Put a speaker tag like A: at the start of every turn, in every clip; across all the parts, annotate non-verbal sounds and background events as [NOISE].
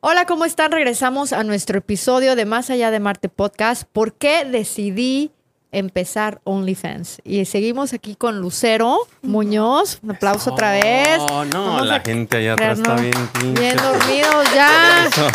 A: Hola, ¿cómo están? Regresamos a nuestro episodio de Más Allá de Marte Podcast. ¿Por qué decidí empezar OnlyFans? Y seguimos aquí con Lucero Muñoz. Un aplauso otra vez.
B: Oh, No, no,
A: Vamos
B: la
A: a
B: gente allá atrás está
A: creernos
B: bien pinche.
A: Bien
B: [LAUGHS]
A: dormidos ya.
B: Eso.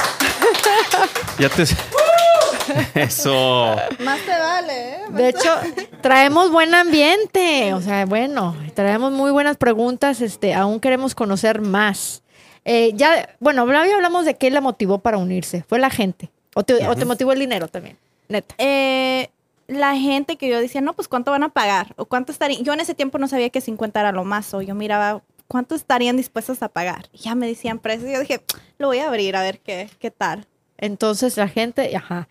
B: Ya te. [LAUGHS] Eso.
C: Más te vale, ¿eh?
A: De hecho, traemos buen ambiente. O sea, bueno, traemos muy buenas preguntas. Este, aún queremos conocer más. Eh, ya, bueno, habla- ya hablamos de qué la motivó para unirse. Fue la gente. O te, o te motivó el dinero también. Neta.
C: Eh, la gente que yo decía, no, pues cuánto van a pagar o cuánto estarían. Yo en ese tiempo no sabía que 50 era lo más, o yo miraba cuánto estarían dispuestos a pagar. Y ya me decían precios. y Yo dije, lo voy a abrir a ver qué, qué tal.
A: Entonces la gente, ajá.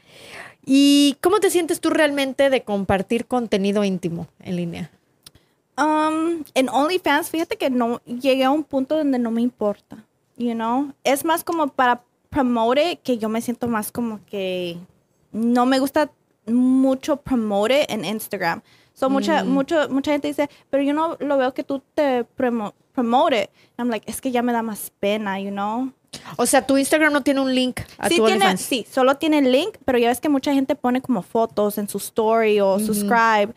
A: ¿Y cómo te sientes tú realmente de compartir contenido íntimo en línea?
C: Um, en OnlyFans, fíjate que no llegué a un punto donde no me importa, you know. Es más como para promote it, que yo me siento más como que no me gusta mucho promote it en Instagram. So mucha,
A: Mm.
C: mucho, mucha gente dice, pero yo no lo veo que tú te promo promote it. And I'm like, es que ya me da más pena, you know.
A: O sea, tu Instagram no tiene un link a
C: Sí,
A: tu
C: tiene,
A: OnlyFans.
C: sí, solo tiene el link, pero ya ves que mucha gente pone como fotos en su story o subscribe.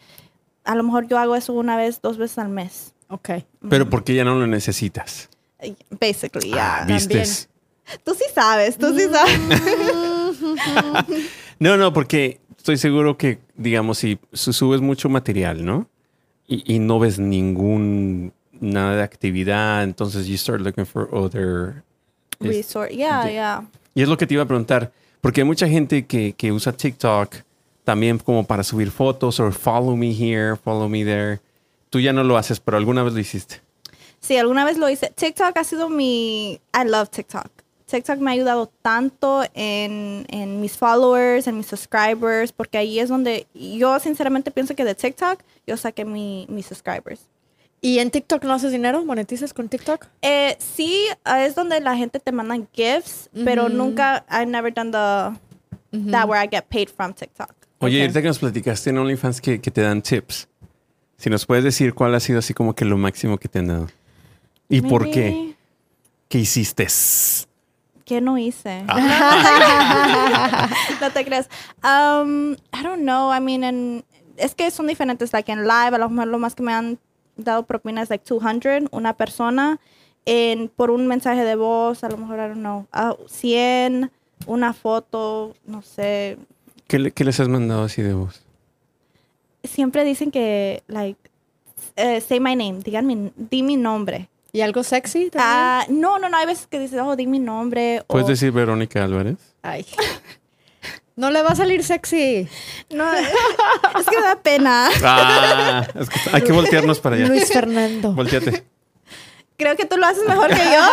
C: A lo mejor yo hago eso una vez, dos veces al mes.
A: Ok.
B: Pero porque ya no lo necesitas.
C: Basically,
B: Ah,
C: ya.
B: ¿Vistes?
C: Tú sí sabes, tú sí sabes. [LAUGHS]
B: No, no, porque estoy seguro que, digamos, si su- subes mucho material, ¿no? Y, y no ves ningún. nada de actividad, entonces you start looking for other. este, es-
C: Resort, yeah,
B: de-
C: yeah.
B: Y es lo que te iba a preguntar, porque hay mucha gente que, que usa TikTok también como para subir fotos o follow me here, follow me there. Tú ya no lo haces, pero alguna vez lo hiciste.
C: Sí, alguna vez lo hice. TikTok ha sido mi... I love TikTok. TikTok me ha ayudado tanto en, en mis followers, en mis subscribers, porque ahí es donde yo sinceramente pienso que de TikTok yo saqué mi, mis subscribers.
A: ¿Y en TikTok no haces dinero? ¿Monetizas con TikTok?
C: Eh, sí, ah, es donde la gente te manda gifts, pero
A: Ujú.
C: nunca, I've never done the, that where I get paid from TikTok.
B: Oye,
A: Ok.
B: ahorita que nos platicaste en OnlyFans que, que te dan tips, si nos puedes decir cuál ha sido así como que lo máximo que te han dado. ¿Y por qué?
C: Maybe.
B: ¿Qué hiciste?
C: ¿Qué no hice? [LAUGHS] no te creas. Um, I don't know. I mean, en- es que son diferentes. Like en live, a lo mejor lo más que me han dado propina es like 200, una persona. En, por un mensaje de voz, a lo mejor, I don't know, ah, 100, una foto, no sé.
B: ¿Qué, le- qué les has mandado así de vos?
C: Siempre dicen que, like, eh, say my name, digan mi, di mi nombre.
A: ¿Y algo sexy también?
C: Ah, no, no, no, hay veces que dicen, oh, di mi nombre.
B: ¿Puedes
C: o-
B: Pues
A: Oh.
B: decir
A: [LAUGHS]
B: Verónica Álvarez?
A: Ay. No le va a salir sexy.
C: No, [LAUGHS] es que me da pena.
B: Ah, es que hay que voltearnos para allá.
A: Luis Fernando.
B: Volteate.
C: Creo que tú lo haces mejor que yo.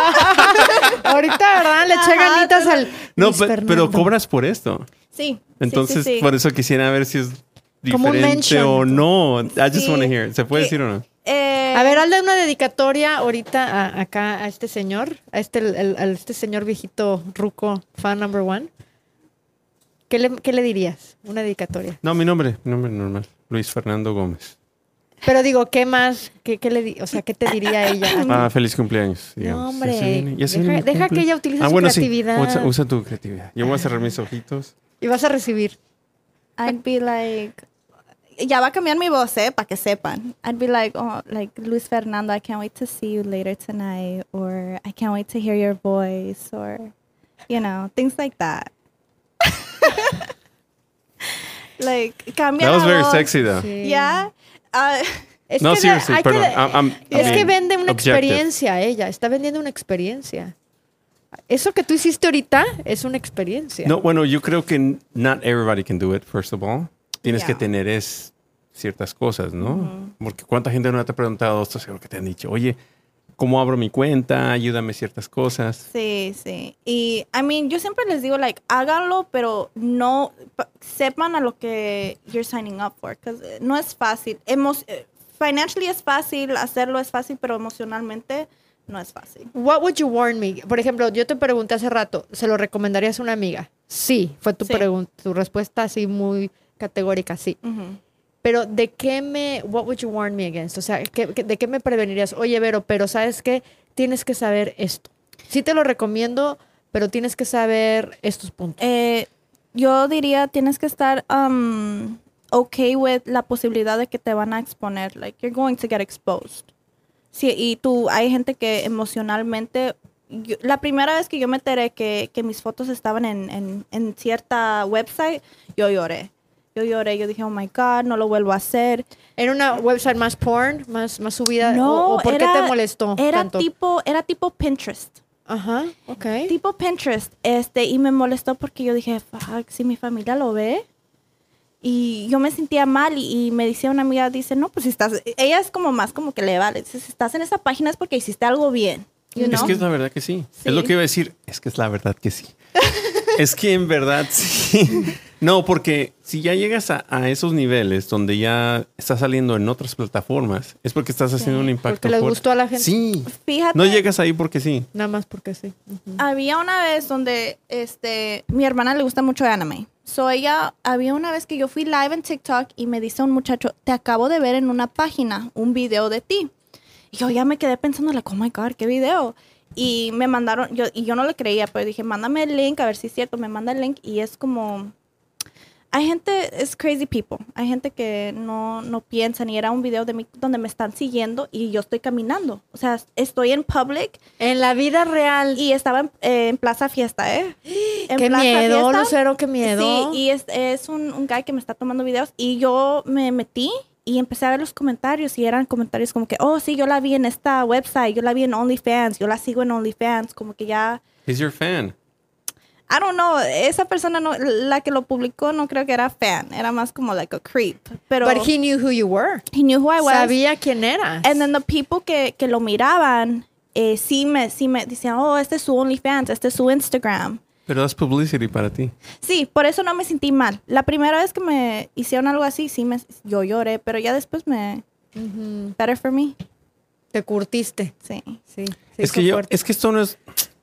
A: [LAUGHS] Ahorita, ¿verdad? Le eché
C: Ajá,
A: ganitas al.
B: No,
A: Luis
B: pe- pero
A: Fernando.
B: cobras por esto.
C: Sí.
B: Entonces,
C: sí, sí, sí.
B: por eso quisiera ver si es
A: Como un
B: diferente
A: mention.
B: o no. I just
C: Sí.
B: want to hear. it. ¿Se puede
C: Que-
B: decir o no?
C: Eh,
A: A ver, hazle una dedicatoria ahorita a- acá a este señor, a este, el- el- a este señor viejito ruco, fan number one. ¿Qué le, qué le dirías? Una dedicatoria.
B: No, mi nombre, mi nombre normal. Luis Fernando Gómez.
A: Pero digo, ¿qué más? ¿Qué, qué le di- O sea, ¿qué te diría ella?
B: [LAUGHS] Ah, feliz cumpleaños.
A: Mm. no,
B: digamos.
A: hombre.
B: Ya se viene- ya se
A: deja,
B: viene mi
A: deja
B: cumple.
A: que ella utilice
B: Ah,
A: su
B: bueno, sí.
A: creatividad.
B: Usa, usa tu creatividad. Yo voy a cerrar mis ojitos.
A: Y vas a recibir.
C: I'd be like, ya va a cambiar mi voz, eh, para que sepan. I'd be like, oh, like Luis Fernando, I can't wait to see you later tonight, or I can't wait to hear your voice, or you know, things like that. [LAUGHS] like, cambia
B: That was
C: la
B: very
C: voz.
B: sexy, though.
A: Sí.
C: Yeah. Ah,
A: Es
B: No,
A: que da-
B: seriously,
A: hay que
B: perdón.
A: da-
B: I'm- I'm- I'm
A: es que
B: being
A: vende una
B: objective.
A: experiencia ella, está vendiendo una experiencia. Eso que tú hiciste ahorita es una experiencia.
B: No, bueno, yo creo que n- not everybody can do it, first of all. Tienes que
C: Yeah.
B: tener es ciertas cosas, ¿no? Porque cuánta gente no te ha preguntado esto, seguro que te han dicho, oye, ¿cómo abro mi cuenta? Ayúdame ciertas cosas.
C: Sí, sí. Y, I mean, yo siempre les digo, like, háganlo, pero no pa- sepan a lo que you're signing up for, porque no es fácil. Emo- eh, financially es fácil, hacerlo es fácil, pero emocionalmente no es fácil.
A: What would you warn me? Por ejemplo, yo te pregunté hace rato, ¿se lo recomendarías a una amiga? Sí, fue tu
C: Sí.
A: pregun- tu respuesta así muy categórica, sí.
C: Ujú.
A: Pero ¿de qué me what would you warn me against? O sea, ¿qué- qué- ¿de qué me prevenirías? Oye, Vero, pero ¿sabes qué? Tienes que saber esto. Sí te lo recomiendo, pero tienes que saber estos puntos.
C: Eh, yo diría tienes que estar um, okay with la posibilidad de que te van a exponer. Like, you're going to get exposed. Sí, y tú, hay gente que emocionalmente... yo- la primera vez que yo me enteré que, que mis fotos estaban en, en- en cierta website, yo lloré. Yo lloré, yo dije, oh my God, no lo vuelvo a hacer.
A: ¿Era una website más porn, más, más subida? ¿O, o por qué te molestó
C: Era
A: tanto?
C: tipo, era tipo Pinterest.
A: Ajá, ok.
B: ¿Eh?
C: Tipo Pinterest. Este, y me molestó porque yo dije, fuck, si mi familia lo ve. Y yo me sentía mal y, y me decía una amiga, dice, no, pues si estás, ella es como más como que le vale, dice, si estás en esa página es porque hiciste algo bien. you
B: Es
C: know?
B: que es la verdad que sí.
C: Sí.
B: Es lo que iba a decir. Es que es la verdad que sí. [LAUGHS] es que en verdad sí. [LAUGHS] No, porque si ya llegas a, a esos niveles donde ya estás saliendo en otras plataformas, es porque estás haciendo un impacto.
A: porque les
B: fuerte.
A: gustó a la gente.
B: Sí.
C: Fíjate.
B: No llegas ahí porque sí.
A: Nada más porque sí. Ujú.
C: Había una vez donde este, mi hermana le gusta mucho el anime. So ella, había una vez que yo fui live en TikTok y me dice un muchacho, te acabo de ver en una página un video de ti. Y yo ya me quedé pensando, like, oh my God, qué video. Y me mandaron, yo, y yo no le creía, pero dije, mándame el link, a ver si es cierto. Me manda el link y es como, hay gente, es crazy people. Hay gente que no, no piensan y era un video de mí donde me están siguiendo y yo estoy caminando. O sea, estoy en public
A: En la vida real.
C: y estaba en, eh, en Plaza Fiesta, ¿eh? En
A: qué
C: Plaza
A: miedo,
C: Fiesta.
A: Lucero, qué miedo.
C: Sí, y es, es un, un guy que me está tomando videos y yo me metí y empecé a ver los comentarios y eran comentarios como que, oh, sí, yo la vi en esta website, yo la vi en OnlyFans, yo la sigo en OnlyFans, como que ya...
B: Es your fan.
C: I don't know, esa persona, no, la que lo publicó, no creo que era fan, era más como like a creep, pero...
A: But he knew who you were.
C: he knew who I was.
A: Sabía quién eras.
C: And then the people que, que lo miraban, eh, sí, me, sí me decían, oh, este es su OnlyFans, este es su Instagram.
B: Pero das publicity para ti.
C: Sí, por eso no me sentí mal. La primera vez que me hicieron algo así, sí, me, yo lloré, pero ya después me...
A: Ujú.
C: Better for me.
A: Te curtiste.
C: Sí.
A: Sí. se
B: Es que
A: hizo
B: yo,
A: fuerte.
B: es que esto no es.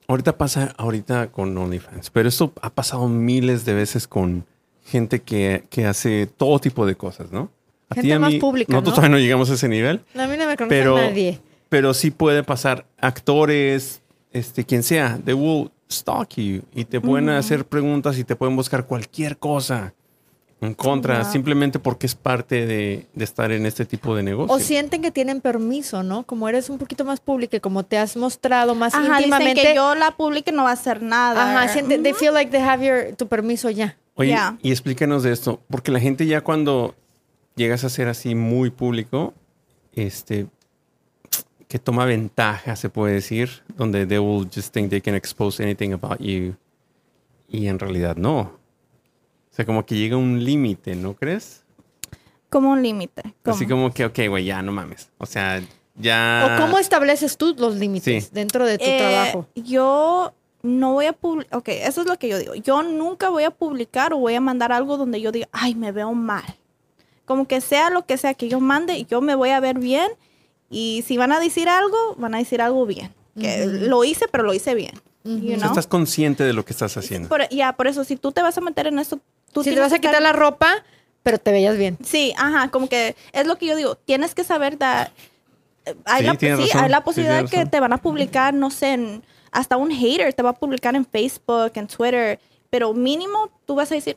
B: Ahorita pasa, ahorita con OnlyFans, pero esto ha pasado miles de veces con gente que, que hace todo tipo de cosas, ¿no? A ti
A: Gente
B: y a
A: más
B: mí-
A: pública,
B: Nosotros
A: ¿no?
B: todavía no llegamos a ese nivel,
A: A mí no me conoce
B: pero,
A: nadie.
B: pero sí puede pasar. Actores, este, quien sea, they will stalk you y te pueden hacer preguntas y te pueden buscar cualquier cosa en contra,
C: Wow.
B: simplemente porque es parte de, de estar en este tipo de negocio.
A: O sienten que tienen permiso, ¿no? Como eres un poquito más pública y como te has mostrado más
C: Ajá, dicen
A: íntimamente.
C: que yo la publique no va a hacer nada.
A: Ajá, siente- they feel like they have your, tu permiso ya.
B: Oye,
C: Ya.
B: y explícanos de esto, porque la gente ya cuando llegas a ser así muy público, este, que toma ventaja, se puede decir, donde they will just think they can expose anything about you, y en realidad no. O sea, como que llega un límite, ¿no crees?
C: Como un límite. ¿Cómo?
B: Así como que, ok, güey, ya no mames. O sea,
A: ¿O
B: ya...
A: cómo estableces tú los límites
B: Ah. Sí.
A: dentro de tu
C: Eh,
A: trabajo?
C: Yo no voy a publicar. Ok, eso es lo que yo digo. Yo nunca voy a publicar o voy a mandar algo donde yo diga, ay, me veo mal. Como que sea lo que sea que yo mande, yo me voy a ver bien. Y si van a decir algo, van a decir algo bien. Que
A: Ujú.
C: Lo hice, pero lo hice bien.
A: Ujú.
C: you
B: O sea,
C: know?
B: estás consciente de lo que estás haciendo.
C: Por- Ya, por eso, si tú te vas a meter en eso, tú
A: Si te
C: tienes
A: vas a
C: que estar-
A: quitar la ropa, pero te veías bien.
C: Sí, ajá, como que es lo que yo digo, tienes que saber da- eh, hay,
B: Sí,
C: la,
B: tienes
C: sí,
B: razón,
C: hay la
B: sí,
C: posibilidad
B: tienes
C: que
B: razón.
C: te van a publicar, no sé, en- hasta un hater te va a publicar en Facebook, en Twitter, pero mínimo tú vas a decir,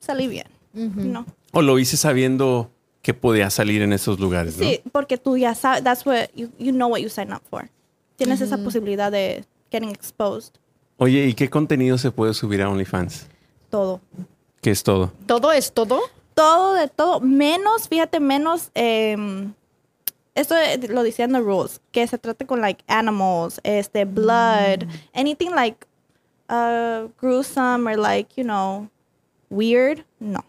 C: salí bien,
A: Ujú.
C: ¿no?
B: O lo hice sabiendo que podía salir en esos lugares, Pues ¿no?
C: Sí, porque tú ya sabes, that's what, you, you know what you sign up for. Tienes esa posibilidad de getting exposed,
B: Oye, ¿y qué contenido se puede subir a OnlyFans?
C: todo.
B: Que es todo.
A: ¿Todo es todo?
C: todo de todo, menos, fíjate, menos, eh, esto eh, lo decía en The Rules, que se trata con, like, animals, este, blood,
A: Mm.
C: anything, like, uh, gruesome or, like, you know, weird, no.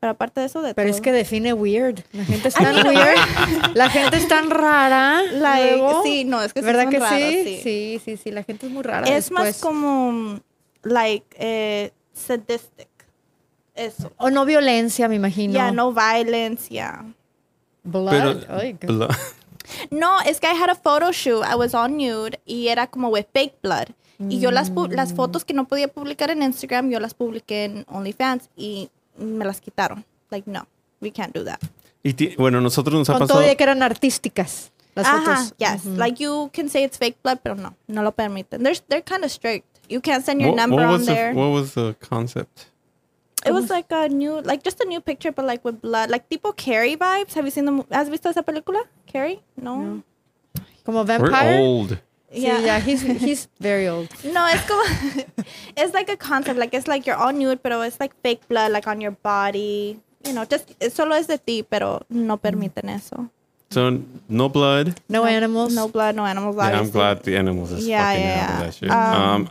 C: Pero aparte de eso, de
A: Pero
C: todo.
A: es que define weird. La gente es tan weird.
C: [LAUGHS]
A: La gente es tan rara.
C: Like,
A: luego.
C: e- sí, no, es que sí
A: ¿Verdad
C: son
A: que
C: raros,
A: sí?
C: sí.
A: Sí, sí, sí. La gente es muy rara.
C: es más
A: después.
C: como, like, eh, sadistic, eso.
A: O no violencia, me imagino.
C: Yeah, no violence, yeah.
A: Blood. Ay, qué-
B: Blo-
C: No, es que I had a photo shoot. I was all nude y era como with fake blood. Y yo las, pu- las fotos que no podía publicar en Instagram, yo las publiqué en OnlyFans y me las quitaron. Like, no, we can't do that.
B: [LAUGHS] y ti- bueno, nosotros nos ha
A: Con
B: pasado.
A: todo de que eran artísticas. Las
C: Ajá,
A: fotos.
C: yes.
A: Ujú.
C: Like you can say it's fake blood, pero no, no lo permiten. They're they're kind of strict. You can't send your
B: What,
C: number
B: what
C: on
B: was the,
C: there.
B: what was the concept?
C: it was like a new, like just a new picture, but like with blood, like tipo Carrie vibes. Have you seen the? mo- Has visto esa película? Carrie? No.
A: No. Como
B: We're
A: vampire.
B: old.
A: Yeah, yeah, he's he's very
C: [LAUGHS]
A: old.
C: No, it's como, it's like a concept. Like it's like you're all nude, pero it's like fake blood, like on your body. You know, just it solo es de ti, pero no permiten eso.
B: So no blood.
A: Mm. No, animals.
C: No blood, no animals.
B: Yeah, I'm
C: obviously.
B: glad the animals is
C: Yeah,
B: fucking
C: yeah,
B: out
C: yeah.
B: of that shit.
C: Um,
B: Um,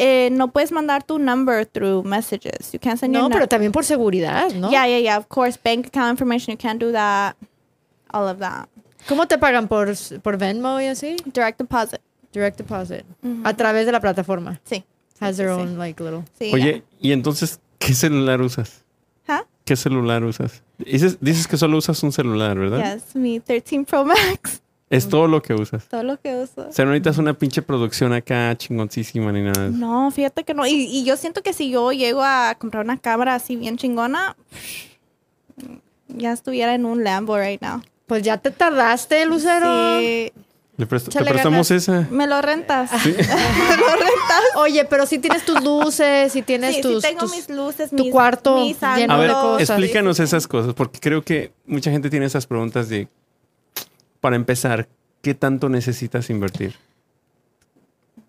C: Eh, no puedes mandar tu number through messages. You can't send
A: No,
C: your
A: pero
C: number.
A: también por seguridad, ¿no?
C: Yeah, yeah, yeah. Of course, bank account information. You can't do that. All of that.
A: ¿Cómo te pagan por, por Venmo y así?
C: Direct deposit.
A: Direct deposit.
C: Mm-hmm.
A: A través de la plataforma.
C: Sí.
A: Has their
C: sí, sí.
A: own like little.
C: Sí.
B: oye, y entonces, ¿qué celular usas?
C: Huh?
B: ¿Qué celular usas? Dices, dices que solo usas un celular, ¿verdad?
C: Yes, mi 13 Pro Max. [LAUGHS]
B: Es todo lo que usas.
C: Todo lo que uso.
B: O sea, no necesitas una pinche producción acá chingoncísima ni nada. de eso.
C: No, fíjate que no. Y, y yo siento que si yo llego a comprar una cámara así bien chingona, ya estuviera en un Lambo right now.
A: Pues ya te tardaste, Lucero.
C: Sí.
B: Le presto- te
A: Échale
B: prestamos esa.
C: Me lo rentas.
B: Sí.
A: Oye, pero si tienes tus luces, si tienes
C: Sí,
A: tus.
C: sí tengo
A: tus-
C: mis luces,
A: tu
C: mis-
A: cuarto
C: mis
A: lleno
B: A
A: de
B: ver,
A: cosas.
B: explícanos esas cosas, porque creo que mucha gente tiene esas preguntas de, para empezar, ¿qué tanto necesitas invertir?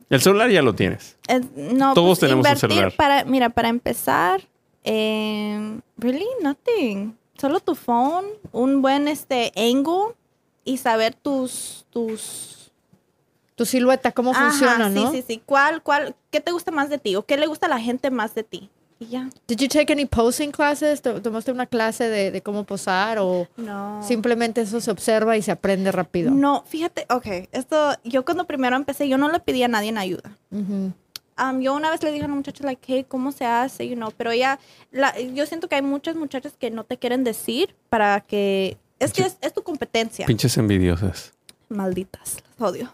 B: El celular ya lo tienes.
C: Eh, no,
B: Todos tenemos un
C: invertir
B: celular.
C: Para, mira, para empezar, eh, really nothing. Solo tu phone, un buen este angle y saber tus tus
A: tu silueta, cómo
C: Ajá,
A: funciona, ¿no?
C: Sí, sí, sí. ¿Cuál cuál qué te gusta más de ti o qué le gusta a la gente más de ti? Y ya.
A: Did you take any posing classes? ¿Te- ¿Tomaste una clase de, de cómo posar o
C: No.
A: simplemente eso se observa y se aprende rápido?
C: No, fíjate, ok, esto, yo cuando primero empecé, yo no le pedí a nadie en ayuda.
A: Ujú.
C: Um, yo una vez le dije a una muchacha, like, hey, ¿cómo se hace? You know, pero ella, la- yo siento que hay muchas muchachas que no te quieren decir para que, es que es, es tu competencia.
B: Pinches envidiosas.
C: Malditas, las odio.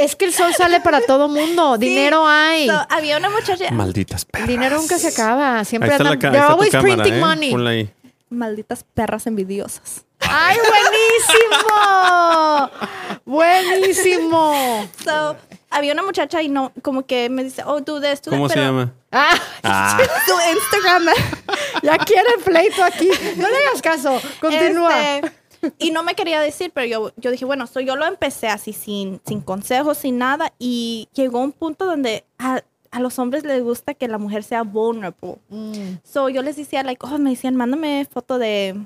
A: Es que el sol sale para todo
C: [LAUGHS]
A: mundo. Dinero hay.
C: So, había una muchacha,
B: Malditas perras.
A: Dinero nunca se acaba.
B: Ahí
A: Siempre
B: está
A: andan.
B: la ca- ahí
A: They're
B: está tu
A: always
B: cámara,
A: printing
B: ¿eh?
A: money.
B: Ponla ahí.
C: malditas perras envidiosas.
A: ¡Ay, buenísimo!
B: [LAUGHS]
A: ¡Buenísimo!
C: So, había una muchacha y no, como que me dice, oh, do this, do that,
B: ¿Cómo se
C: pero-
B: llama?
A: Ah, [LAUGHS]
B: Ah,
C: Tu Instagram.
A: ya quiere pleito aquí. No le hagas caso. Continúa.
C: Este, y no me quería decir, pero yo, yo dije, bueno, so yo lo empecé así sin, sin consejos, sin nada, y llegó un punto donde a, a los hombres les gusta que la mujer sea vulnerable.
A: Mm.
C: So yo les decía, like, oh, me decían, mándame foto de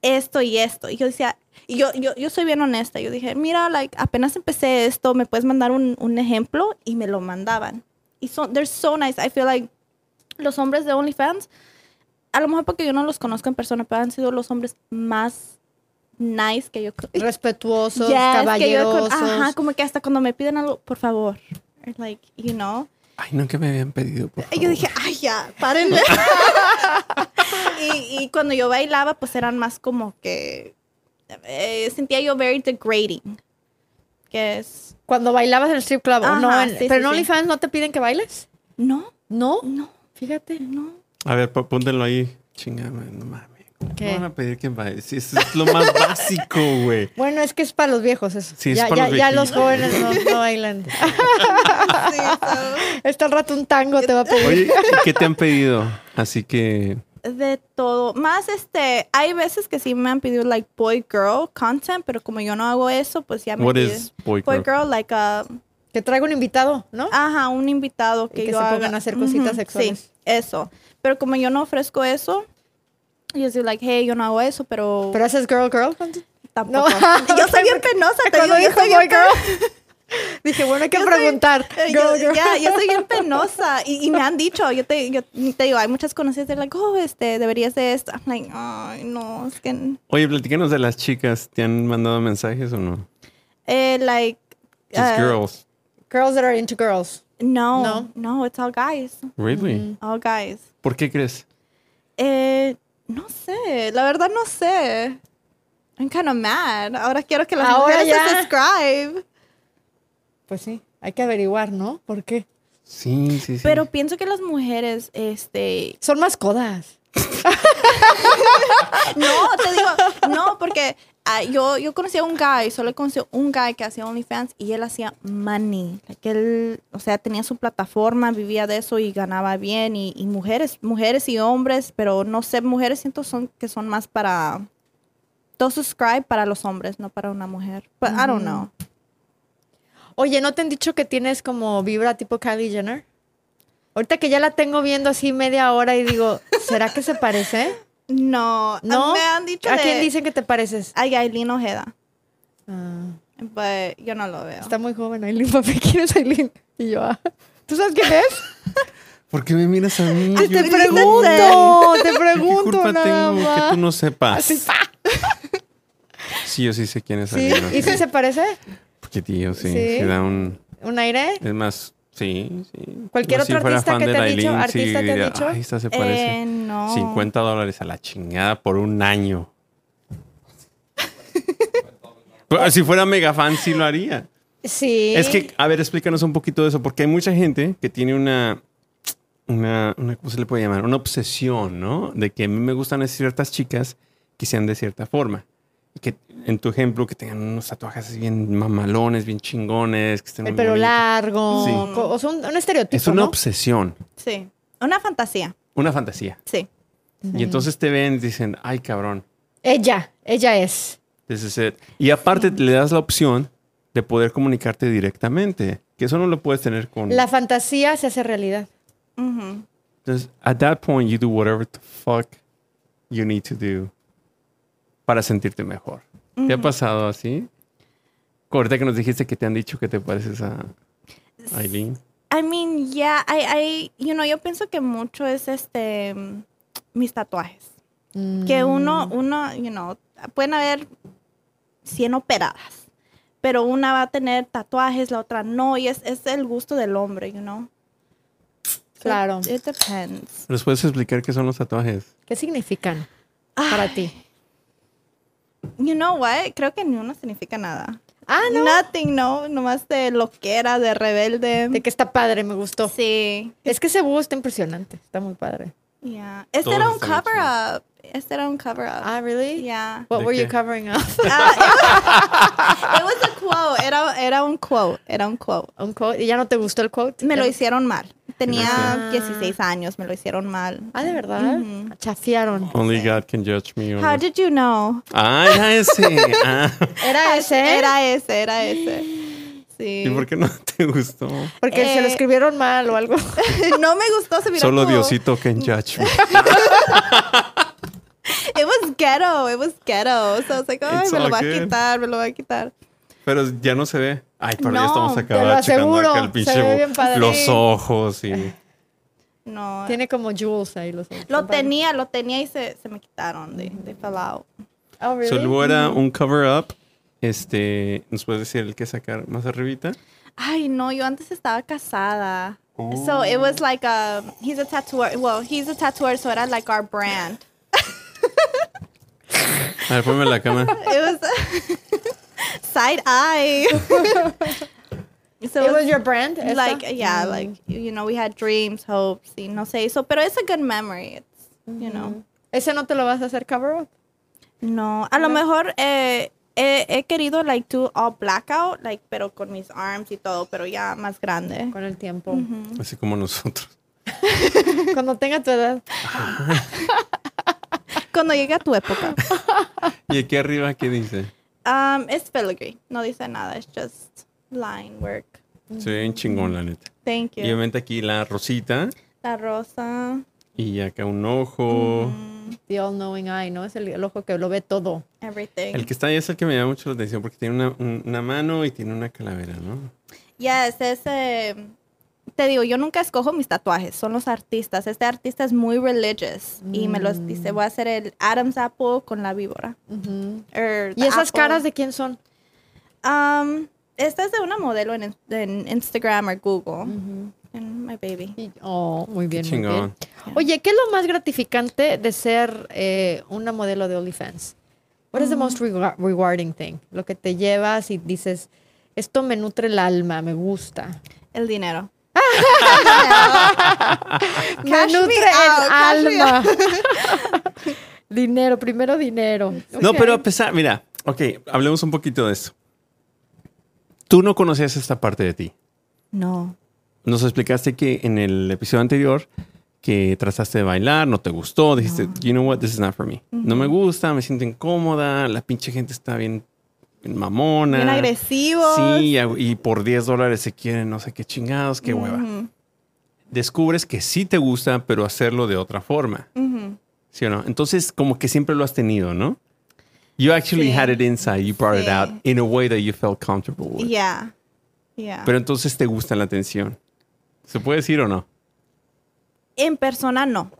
C: esto y esto. Y yo decía, y yo, yo, yo soy bien honesta, yo dije, mira, like, apenas empecé esto, ¿me puedes mandar un, un ejemplo? Y me lo mandaban. Y son, they're so nice. I feel like los hombres de OnlyFans, a lo mejor porque yo no los conozco en persona, pero han sido los hombres más nice que yo conozco.
A: Respetuosos,
C: que yo con-
A: caballerosos.
C: Ajá, como que hasta cuando me piden algo, por favor. Or Like, you know.
B: ay, nunca me habían pedido. por
C: Y yo
B: favor.
C: dije, ay, ya, párenle. y, y cuando yo bailaba, pues eran más como que. eh, sentía yo very degrading. Que es.
A: Cuando bailabas en el strip club.
C: Ajá,
A: no, en-
C: sí,
A: pero
C: sí,
A: en
C: sí.
A: OnlyFans no te piden que bailes.
C: No,
A: No,
C: no,
A: fíjate.
C: no.
B: A ver, pó- póntelo ahí. Chingada, no mames. ¿Cómo
A: ¿Qué?
B: van a pedir que baile? Si eso es lo más básico,
A: [LAUGHS]
B: güey.
A: Bueno, es que es para los viejos eso.
B: Sí, es
A: ya,
B: para
A: ya-
B: los
A: ya los
B: viejitos.
A: jóvenes no, no
C: [LAUGHS]
A: bailan.
C: Sí, so,
A: Está al rato un tango te va a pedir.
B: Oye, ¿y ¿qué te han pedido? Así que,
C: de todo. Más este. Hay veces que sí me han pedido, like, boy girl content, pero como yo no hago eso, pues ya me.
B: what
C: piden.
B: is boy
C: Boy
B: girl?
C: girl, like, um, a
A: Que traigo un invitado, ¿no?
C: Ajá, un invitado
A: Y
C: que,
A: que
C: yo
A: se
C: haga.
A: pongan a hacer cositas
C: Ujú,
A: sexuales.
C: Sí, eso. Pero como yo no ofrezco eso, yo soy like, hey, yo no hago eso, pero,
A: Pero haces girl, girl.
C: tampoco.
A: no.
C: [LAUGHS] yo soy bien penosa, te
A: Cuando
C: digo, yo
A: dijo
C: soy
A: boy
C: bien penosa.
A: girl. [LAUGHS] Dije, bueno, hay que
C: Yo soy-
A: preguntar.
C: Eh,
A: Girl,
C: Yo,
A: girl.
C: ya,
A: [LAUGHS]
C: yo soy bien penosa y, y me han dicho, yo te, yo te digo, hay muchas conocidas de like, oh, este, deberías de esto. I'm like, ay, no, es que,
B: Oye, platícanos de las chicas. ¿Te han mandado mensajes o no?
C: eh, like,
B: Just
A: Ah.
C: eh,
B: girls.
A: Girls that are into girls.
C: no,
A: No.
C: no, it's all guys,
B: Really?
C: all guys.
B: ¿Por qué crees?
C: Eh, no sé, la verdad no sé. I'm kind of mad. Ahora quiero que las
A: Ahora
C: mujeres
A: ya.
C: se subscribe.
A: Pues sí, hay que averiguar, ¿no? ¿Por qué?
B: Sí, sí, sí.
C: Pero pienso que las mujeres, este...
A: Son más codas.
C: No, te digo, no, porque ah, yo, yo conocí a un guy, solo conocí a un guy que hacía OnlyFans y él hacía money. Like, él, o sea, tenía su plataforma, vivía de eso y ganaba bien. Y, y mujeres, mujeres y hombres, pero no sé, mujeres siento son, que son más para... Dos subscribe para los hombres, no para una mujer. But I don't know.
A: Oye, ¿no te han dicho que tienes como vibra tipo Kylie Jenner? Ahorita que ya la tengo viendo así media hora y digo, ¿será que se parece?
C: No,
A: ¿No?
C: me han dicho
A: ¿A quién
C: de-
A: dicen que te pareces?
C: Ay, Aileen Ojeda.
A: Ah,
C: But yo no lo veo.
A: está muy joven Aileen, papi. [LAUGHS] ¿Quién es Aileen? Y yo, ah, ¿tú sabes quién es?
B: ¿Por qué me miras a mí?
A: [LAUGHS] Ah,
B: Yo-
A: te
B: ¿qué
A: pregunto, te pregunto
B: culpa
A: nada
B: tengo que
A: más.
B: tú no sepas?
A: Así, pa.
B: Sí, yo sí sé quién es
A: Sí,
B: Aileen Ojeda.
A: ¿y si se parece?
B: Porque tío, sí,
A: Sí.
B: se da un...
A: ¿Un aire?
B: Es más, sí, sí.
A: ¿Cualquier
B: No,
A: otro
B: fuera
A: artista
B: fan
A: que
B: de
A: te ha dicho?
B: Lailín, sí
A: ¿Artista te ha
B: diría,
A: dicho?
B: "Ay, esta se parece.
C: Eh, no.
B: 50 dólares a la chingada por
A: [LAUGHS]
B: un año. Pero Pues, si fuera mega fan, sí lo haría.
A: Sí.
B: Es que, a ver, explícanos un poquito de eso, porque hay mucha gente que tiene una, una, una- ¿cómo se le puede llamar? Una obsesión, ¿no? De que a mí me gustan ciertas chicas que sean de cierta forma. Y que, en tu ejemplo, que tengan unos tatuajes así bien mamalones, bien chingones, que estén
A: El
B: muy
A: pelo
B: bonitos.
A: largo.
B: Sí.
A: co- O sea, un, un estereotipo.
B: Es una
A: ¿no?
B: obsesión,
C: Sí. Una fantasía.
B: una fantasía.
C: Sí.
B: Y entonces te ven y dicen, ay, cabrón,
A: Ella, ella es.
B: this is it. Y aparte le das la opción de poder comunicarte directamente, que eso no lo puedes tener con...
A: La fantasía se hace realidad.
C: Ujú.
B: Entonces, at that point, you do whatever the fuck you need to do para sentirte mejor. ¿Te ha pasado así? Ahorita que nos dijiste que te han dicho que te pareces a Aileen.
C: I mean, yeah, I, I, you know, yo pienso que mucho es este, mm, mis tatuajes.
A: Mm.
C: Que uno, uno, you know, pueden haber 100 operadas, pero una va a tener tatuajes, la otra no, y es, es el gusto del hombre, you know. So
A: Claro.
C: It, it depends.
B: ¿Nos puedes explicar qué son los tatuajes?
A: ¿Qué significan para ti?
C: Ah, You know what? Creo que ni uno significa nada.
A: Ah, no.
C: Nothing, no, nomás de loquera, de rebelde.
A: De que está padre, me gustó.
C: Sí.
A: Es que ese búho está impresionante. Está muy padre.
C: Yeah. Este
B: Todos
C: era un
B: están bien
C: cover up. Este era un cover up.
A: Ah, really?
C: yeah.
A: What
B: ¿De
A: were you
B: qué?
A: covering up? [LAUGHS]
C: Ah, [LAUGHS] it, was, it was a quote. Era, era un quote. Era un quote.
A: Un quote. ¿Y ya no te gustó el quote?
C: Me
A: Ya
C: lo
A: no-
C: hicieron mal. Tenía
A: Ah.
C: 16 años. Me lo hicieron mal.
A: Ah, ¿de verdad?
C: Ujú.
A: Chafiaron.
B: Only God can judge me. or
C: How
B: not.
C: did you know?
B: Ah, era
A: [LAUGHS]
B: ese. Ah.
A: Era ese.
C: Era ese, era ese. Sí.
B: ¿Y
C: [LAUGHS]
B: por qué no te gustó?
A: Porque se lo
C: Eh.
A: escribieron mal o
C: [LAUGHS]
A: algo. [LAUGHS]
C: no me gustó. Se miró
B: Solo
C: como-
B: Diosito can judge me.
C: It was ghetto. It was ghetto. So I was like, ay,
B: It's
C: me lo
B: all
C: va a
B: good.
C: quitar, me lo va a quitar.
B: Pero ya no se ve. Ay, pero ya
C: No,
B: estamos acá
A: te lo
B: checando acá
A: aseguro,
B: el pinche
A: se ve bien padre.
B: los ojos y
C: No.
A: Tiene como jewels ahí los ojos.
C: Lo
A: Está padre.
C: tenía, lo tenía y se, se me quitaron. They, they fell out.
A: Oh, really?
B: solo era un cover up. Este, nos puedes decir el que sacar más arribita.
C: Ay, no, yo antes estaba casada. So it
A: Oh.
C: was like a, he's a tattooer. Well, he's a tattooer, so era like our brand.
B: A ver, ponme la cámara.
A: [LAUGHS]
C: It was [LAUGHS] side eye. so
A: It was
C: it
A: your brand?
C: was
A: esta?
C: like, yeah,
A: Mm.
C: like, you know, we had dreams, hopes, y no sé. So, pero it's a good memory. It's, you know.
A: ¿Ese no te lo vas a hacer cover up? Mm-hmm.
C: No, a lo mejor eh, he, he querido, like, do all blackout, like, pero con mis arms y todo, pero ya más grande.
A: Con el tiempo.
B: Así como nosotros.
A: Cuando tenga tu edad.
C: Cuando llegue a tu época. [LAUGHS]
B: ¿Y aquí arriba qué dice?
C: Um, it's filigree. No dice nada. It's just line work.
B: Se ve bien chingón, la neta.
C: Thank
B: Y
C: you.
B: obviamente aquí la rosita
C: La rosa. mm,
B: y acá un ojo.
A: Mm-hmm. The all knowing eye, ¿no? Es el, el ojo que lo ve todo.
C: Everything.
B: El que está ahí es el que me llama mucho la atención porque tiene una, un- una mano y tiene una calavera, ¿no?
C: Yes, ese. Te digo, yo nunca escojo mis tatuajes, son los artistas. Este artista es muy religious y me
A: Mm.
C: los dice, voy a hacer el Adam's apple con la víbora.
A: Ujú.
C: Or
A: ¿Y
C: the
A: esas
C: apple.
A: caras de quién son?
C: Um, esta es de una modelo en, en Instagram o Google.
A: Mm.
C: And my baby.
A: Y- Oh, muy bien, muy bien.
B: chingón.
A: Oye, ¿qué es lo más gratificante de ser eh, una modelo de OnlyFans? What is the most rega- rewarding thing? Lo que te llevas y dices, esto me nutre el alma, me gusta.
C: El dinero.
B: Ah.
C: El dinero. Cash
A: me
C: me
A: nutre
C: out, cash
A: el
C: me
A: alma. [LAUGHS] dinero, primero dinero.
B: No,
A: Ok.
B: pero a pesar, mira, Ok, hablemos un poquito de esto. Tú no conocías esta parte de ti.
C: No.
B: Nos explicaste que en el episodio anterior que trataste de bailar, no te gustó, dijiste, you know what, this is not for me. No me gusta, me siento incómoda, la pinche gente está bien, bien mamona.
C: Bien agresivo.
B: Sí, y y por 10 dólares se quieren no sé qué chingados, qué hueva. Descubres que sí te gusta, pero hacerlo de otra forma. ¿Sí o no? Entonces, como que siempre lo has tenido, ¿no? You actually
C: Sí.
B: had it inside, you brought it
C: Sí.
B: out in a way that you felt comfortable with.
C: Yeah. Yeah.
B: Pero entonces te gusta la atención. ¿Se puede decir o no?
C: en persona no.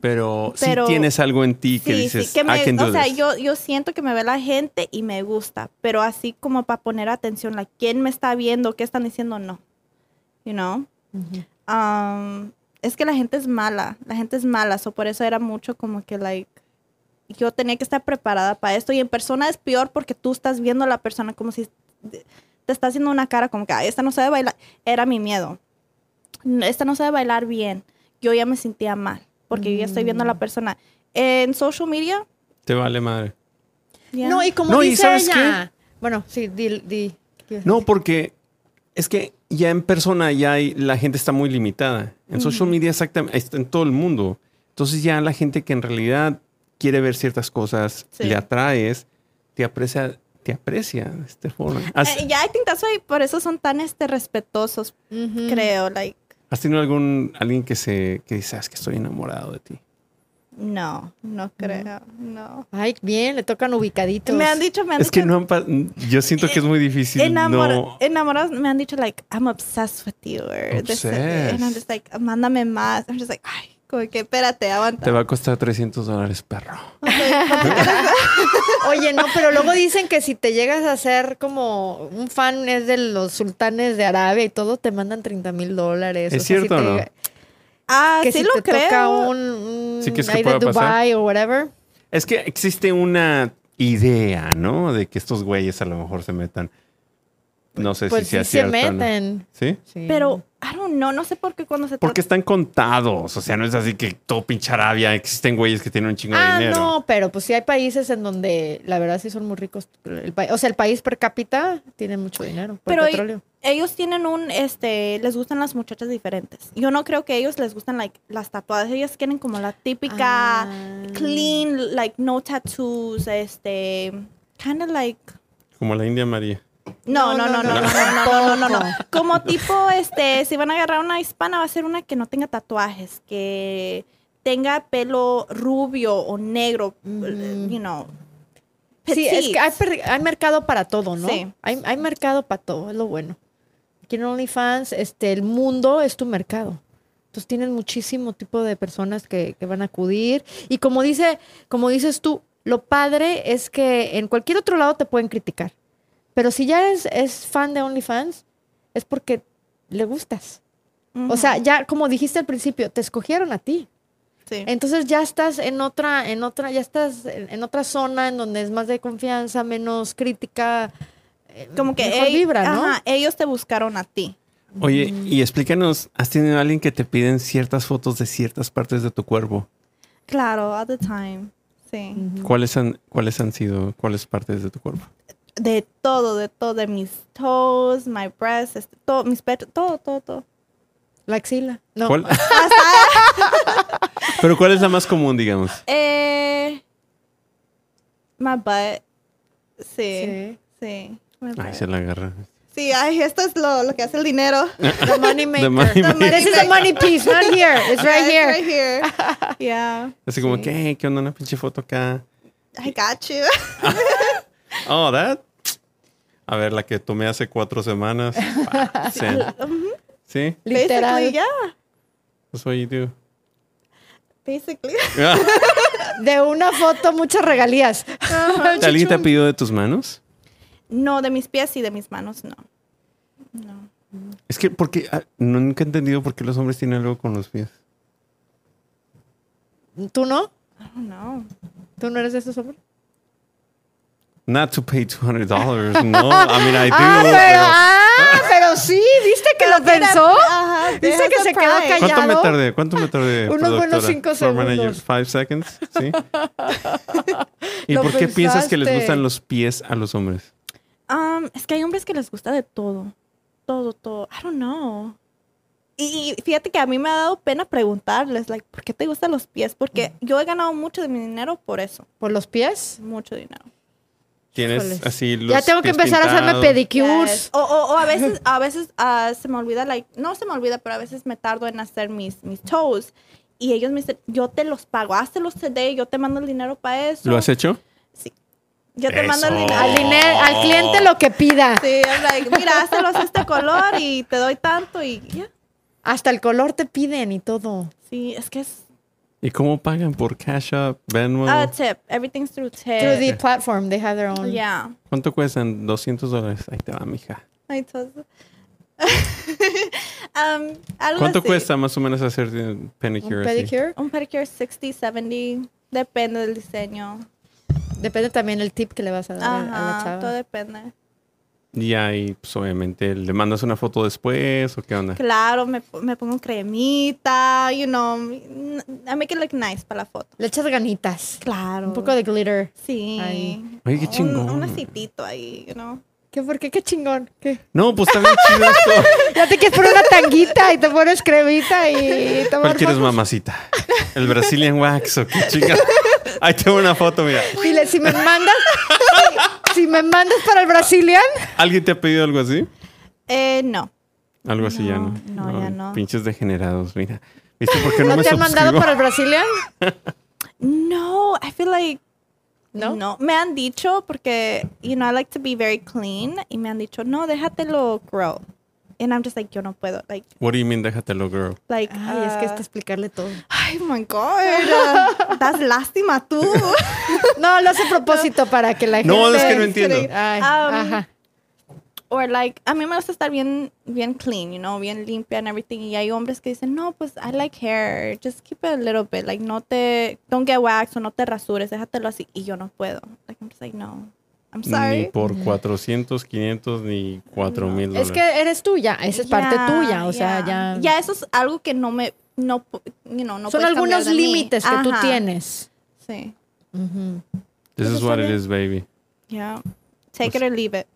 B: Pero, si
C: Pero-
B: tienes algo en ti que
C: Sí,
B: dices,
C: sí, que me,
B: I can do
C: o sea,
B: this".
C: yo, yo siento que me ve la gente y me gusta, pero así como para poner atención, like, ¿quién me está viendo? ¿Qué están diciendo? No. You know? Um, es que la gente es mala, la gente es mala, so por eso era mucho como que, like, yo tenía que estar preparada para esto y en persona es peor porque tú estás viendo a la persona como si te te está haciendo una cara como que, ay, esta no sabe bailar, era mi miedo, "No, esta no sabe bailar bien, yo ya me sentía mal porque yo ya estoy viendo a la persona. En social media,
B: Te vale madre.
C: ya.
A: No, y como
B: No, y
A: dice
B: ¿sabes
A: ella. Bueno, sí, di. di- di-
B: No, porque es que ya en persona ya hay- la gente está muy limitada. En social media exactamente, está en todo el mundo. Entonces ya la gente que en realidad quiere ver ciertas cosas,
C: Sí.
B: le atraes, te aprecia, te aprecia de esta forma. ¿Has,
C: Eh, ya, I think that's why por eso son tan este, respetuosos,
A: Ujú.
C: creo, like,
B: has tenido algún alguien que se que dice, "Ah, es que estoy enamorado de ti?
C: no, no creo, no.
A: Ay, bien, le tocan ubicaditos.
C: Mm. Me han dicho, me han
B: Es
C: dicho,
B: que no han pa- yo siento que es muy difícil.
C: enamora-
B: no.
C: enamorados me han dicho like I'm obsessed with you or this and that. and I'm just like mándame más I'm just like ay como que espérate aguanta [LAUGHS]
B: Te va a costar 300 dólares, perro.
A: Oye, no, pero luego dicen que si te llegas a ser como un fan es de los sultanes de Arabia y todo, te mandan 30 mil dólares.
B: ¿Es
A: O sea, si
B: cierto o
A: te-
B: no?
C: ah
A: Que
C: sí
A: si
C: lo
A: te toca
C: creo
A: un, un
B: ¿Sí crees que
A: ahí de
B: pueda pasar?
A: Dubai o whatever.
B: Es que existe una idea, ¿no? De que estos güeyes a lo mejor se metan. No sé
A: Pues
B: si sea
A: sí se
B: cierto o no.
A: meten.
B: ¿Sí?
A: Sí.
C: pero I don't know no sé por qué cuando se
B: Porque
C: toca
B: están contados. O sea, no es así que todo pinche Arabia. Existen güeyes que tienen un chingo
A: Ah,
B: de dinero.
A: no, pero pues sí hay países en donde la verdad sí son muy ricos. El pa- o sea, el país per cápita tiene mucho dinero por
C: pero
A: el petróleo.
C: ellos tienen un este les gustan las muchachas diferentes yo no creo que ellos les gustan like las tatuadas ellas quieren como la típica
A: Ah.
C: clean like no tattoos este kind of like
B: Como la India María.
C: No, no, no, no, no, no, no, no, no, no. Como tipo, este, si van a agarrar una hispana, va a ser una que no tenga tatuajes, que tenga pelo rubio o negro,
A: Ujú.
C: you know.
A: Sí, es que hay,
C: petite.
A: per- hay mercado para todo, ¿no?
C: Sí.
A: Hay, hay mercado para todo, es lo bueno. Aquí en OnlyFans, este, el mundo es tu mercado. Entonces tienes muchísimo tipo de personas que, que van a acudir. Y como dice, como dices tú, lo padre es que en cualquier otro lado te pueden criticar. Pero si ya eres, es fan de OnlyFans, es porque le gustas.
C: Ujú,
A: O sea, ya como dijiste al principio, te escogieron a ti.
C: sí.
A: Entonces ya estás en otra, en otra, ya estás en, en otra zona en donde es más de confianza, menos crítica, eh,
C: como que
A: mejor
C: ey-
A: vibra, ¿no?
C: ajá, ellos te buscaron a ti.
B: Oye, y explícanos, ¿has tenido a alguien que te piden ciertas fotos de ciertas partes de tu cuerpo?
C: Claro, at the time. Sí.
A: Mm.
B: ¿Cuáles han, cuáles han sido? ¿Cuáles partes de tu cuerpo?
C: De todo, de todo, de mis toes, my breasts, este, todo, mis pechos, todo, todo, todo.
A: La axila. No.
B: ¿Cuál?
A: [LAUGHS]
B: [LAUGHS] Pero ¿cuál es la más común, digamos?
C: Eh, my butt. Sí.
A: Sí.
C: Sí. my
B: Ay,
C: butt.
B: se la agarra.
C: Sí, ay, esto es lo, lo que hace el dinero.
A: The money maker.
B: [LAUGHS] The money
C: The money
A: This is the money piece, not here. It's right
C: Yeah,
A: here.
C: it's right here.
A: [LAUGHS]
C: yeah,
B: Así como, que, "Hey, ¿qué onda? Una pinche foto acá.
C: I got you.
B: Oh, that. A ver, la que tomé hace
A: [LAUGHS]
B: cuatro semanas. Ah,
C: [LAUGHS]
B: sí. Sí,
A: Literal.
C: Basically, yeah.
B: that's what you [LAUGHS] do.
C: Basically.
A: De una foto, muchas regalías. [LAUGHS]
B: ¿Alguien te ha pedido de tus manos?
C: No, de mis pies y de mis manos, no. No.
B: Es que porque ah, nunca he entendido por qué los hombres tienen algo con los pies.
A: ¿Tú no?
C: I don't know.
A: ¿Tú no eres de esos hombres?
B: Not to pay $200. No, I mean, I do.
A: [LAUGHS] ah, pero,
B: pero-
A: ah, pero pero sí, ¿viste que lo
C: mira,
A: pensó?
C: ajá,
A: ¿Viste
C: there's
A: que
C: a
A: se quedó
C: prize.
A: callado?
B: ¿Cuánto me tardé? ¿Cuánto me tardé?
A: ah, [LAUGHS] Unos buenos cinco
B: Floor manager,
A: segundos.
B: five seconds,
A: [LAUGHS]
B: ¿sí? ¿Y
A: Lo
B: por qué piensas que les
A: pensaste.
B: gustan los pies a los hombres?
C: Um, es que hay hombres que les gusta de todo. Todo, todo. I don't know. Y, y fíjate que a mí me ha dado pena preguntarles, like, ¿por qué te gustan los pies? Porque
A: Mm.
C: yo he ganado mucho de mi dinero por eso.
A: ¿Por los pies?
C: Mucho dinero.
B: Tienes
A: Híjoles.
B: así los
A: ya tengo que
B: pies
A: empezar a hacerme
B: pintados.
A: pedicures.
C: Yes. O, o- o a veces, a veces ah, se me olvida, like, no se me olvida, pero a veces me tardo en hacer mis, mis toes. Y ellos me dicen, yo te los pago, los today, yo te mando el dinero para eso.
B: ¿Lo has hecho?
C: Yo te mando el
B: Eso.
C: dinero.
A: Al, diner- al
B: Oh.
A: cliente lo que pida.
C: Sí, I'm like, mira, hácelos este color y te doy tanto y ya.
A: Hasta el color te piden y todo.
C: Sí, es que es
B: ¿Y cómo pagan por Cash App, Venmo?
C: ah, tip. Everything's through tip.
A: Through
B: Eh,
A: the platform, they have their own.
C: Yeah. [LAUGHS]
B: ¿Cuánto cuestan? 200 dólares. Ahí te va, mija.
C: Ay, todo. [LAUGHS] um, algo
B: ¿Cuánto
C: así.
B: cuesta más o menos hacer un
A: Un
B: pedicure? así?
A: pedicure.
C: Un pedicure 60, 70. Depende del diseño.
A: Depende también el tip que le vas a dar a- a la
C: Ajá,
A: chava.
C: todo depende.
B: Y ahí, pues obviamente, ¿le mandas una foto después o qué onda?
C: Claro, me, po- me pongo cremita, you know. n- I make it look nice para la foto.
A: Le echas ganitas.
C: Claro.
A: Un poco de glitter.
C: Sí.
A: Ahí.
B: Oye, qué
C: Un-
B: chingón.
C: Un, aceitito ahí, you know.
A: ¿Qué? ¿Por qué? ¿Qué chingón? ¿Qué?
B: No, pues está bien chido esto.
A: Ya te quieres poner una tanguita y te pones cremita y tomar
B: ¿Cuál quieres,
A: fotos.
B: mamacita? ¿El Brazilian Wax o qué chinga? Ahí tengo una foto, mira.
A: Si, le- si me mandas, [LAUGHS] si me mandas para el Brazilian,
B: ¿Alguien te ha pedido algo así?
C: Eh, no.
B: Algo así ya no.
C: No, no, ya no.
B: Pinches degenerados, mira. ¿Viste por qué no,
A: ¿no
B: me
A: te han mandado
B: suscribo?
A: para el Brazilian?
C: No, I feel like
A: ¿No?
C: me han dicho porque, you know, I like to be very clean. Y me han dicho, no, déjatelo grow. And I'm just like, yo no puedo. Like,
B: What do you mean, déjatelo, girl?
C: like.
A: Ay, es que
C: uh,
A: es que explicarle todo.
C: Ay, my God. [LAUGHS] das lástima tú.
A: No, lo hace a propósito para que la gente.
B: No, es que no entiendo.
A: Ay,
C: Um,
A: ajá.
C: Or like, a mí me gusta estar bien, bien clean, you know, bien limpia and everything. Y hay hombres que dicen, no, pues I like hair. Just keep it a little bit. Like, no te, don't get wax o no te rasures. Déjatelo así. Y yo no puedo. Like, I'm just like, no. I'm
B: Ni
C: sorry.
B: por 400, 500, ni 4 mil dólares.
A: Es que eres tuya, esa es parte
C: Ya,
A: tuya, o sea,
C: ya.
A: ya.
C: Ya eso es algo que no me, no, pu- you know, no
A: Son
C: puedes cambiar
A: algunos
C: de mí.
A: límites que tú
C: Ajá,
A: tienes.
C: Sí.
A: Ujú.
B: This is
C: Eso
B: what it
C: sale-
B: is, baby.
C: Yeah. Take it or leave it.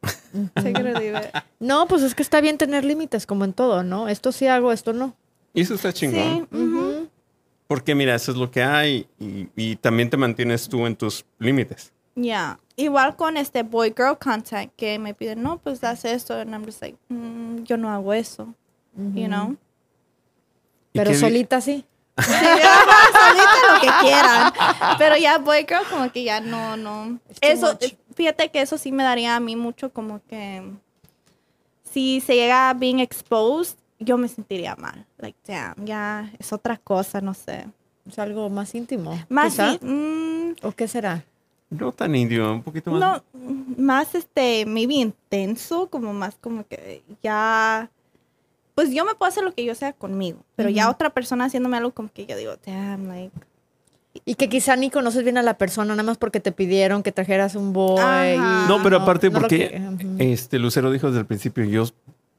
C: Take it or leave it.
A: No, pues es que está bien tener límites, como en todo, ¿no? Esto sí hago, esto no.
B: Y eso está
C: Sí.
B: chingón.
C: ujú.
A: Ujú.
B: Porque mira, eso es lo que hay y, y también te mantienes tú en tus límites.
C: Yeah. Igual con este boy girl contact que me piden, no, pues haz esto. And I'm just like, "Mm, yo no hago eso. You
A: Mm-hmm.
C: know?
B: ¿Y
A: Pero
B: qué di-
A: solita sí.
C: Solita lo que quieran. Pero ya boy girl como que ya no, no.
A: It's too
C: Eso,
A: much.
C: fíjate que eso sí me daría a mí mucho como que si se llega a being exposed, yo me sentiría mal. Like, damn, ya es otra cosa, no sé.
A: Es algo más íntimo.
C: Más,
A: quizá.
C: sí, mm,
A: ¿O qué será?
B: No tan indio, un poquito más.
C: no, más este, maybe intenso, como más como que ya, pues yo me puedo hacer lo que yo sea conmigo, pero ya
A: Ujú.
C: otra persona haciéndome algo como que yo digo, damn, like,
A: Y que quizá ni conoces bien a la persona, nada más porque te pidieron que trajeras un boy. y-
C: Ajá.
B: No, pero aparte
A: no lo
B: porque
A: que- ujú.
B: este Lucero dijo desde el principio, yo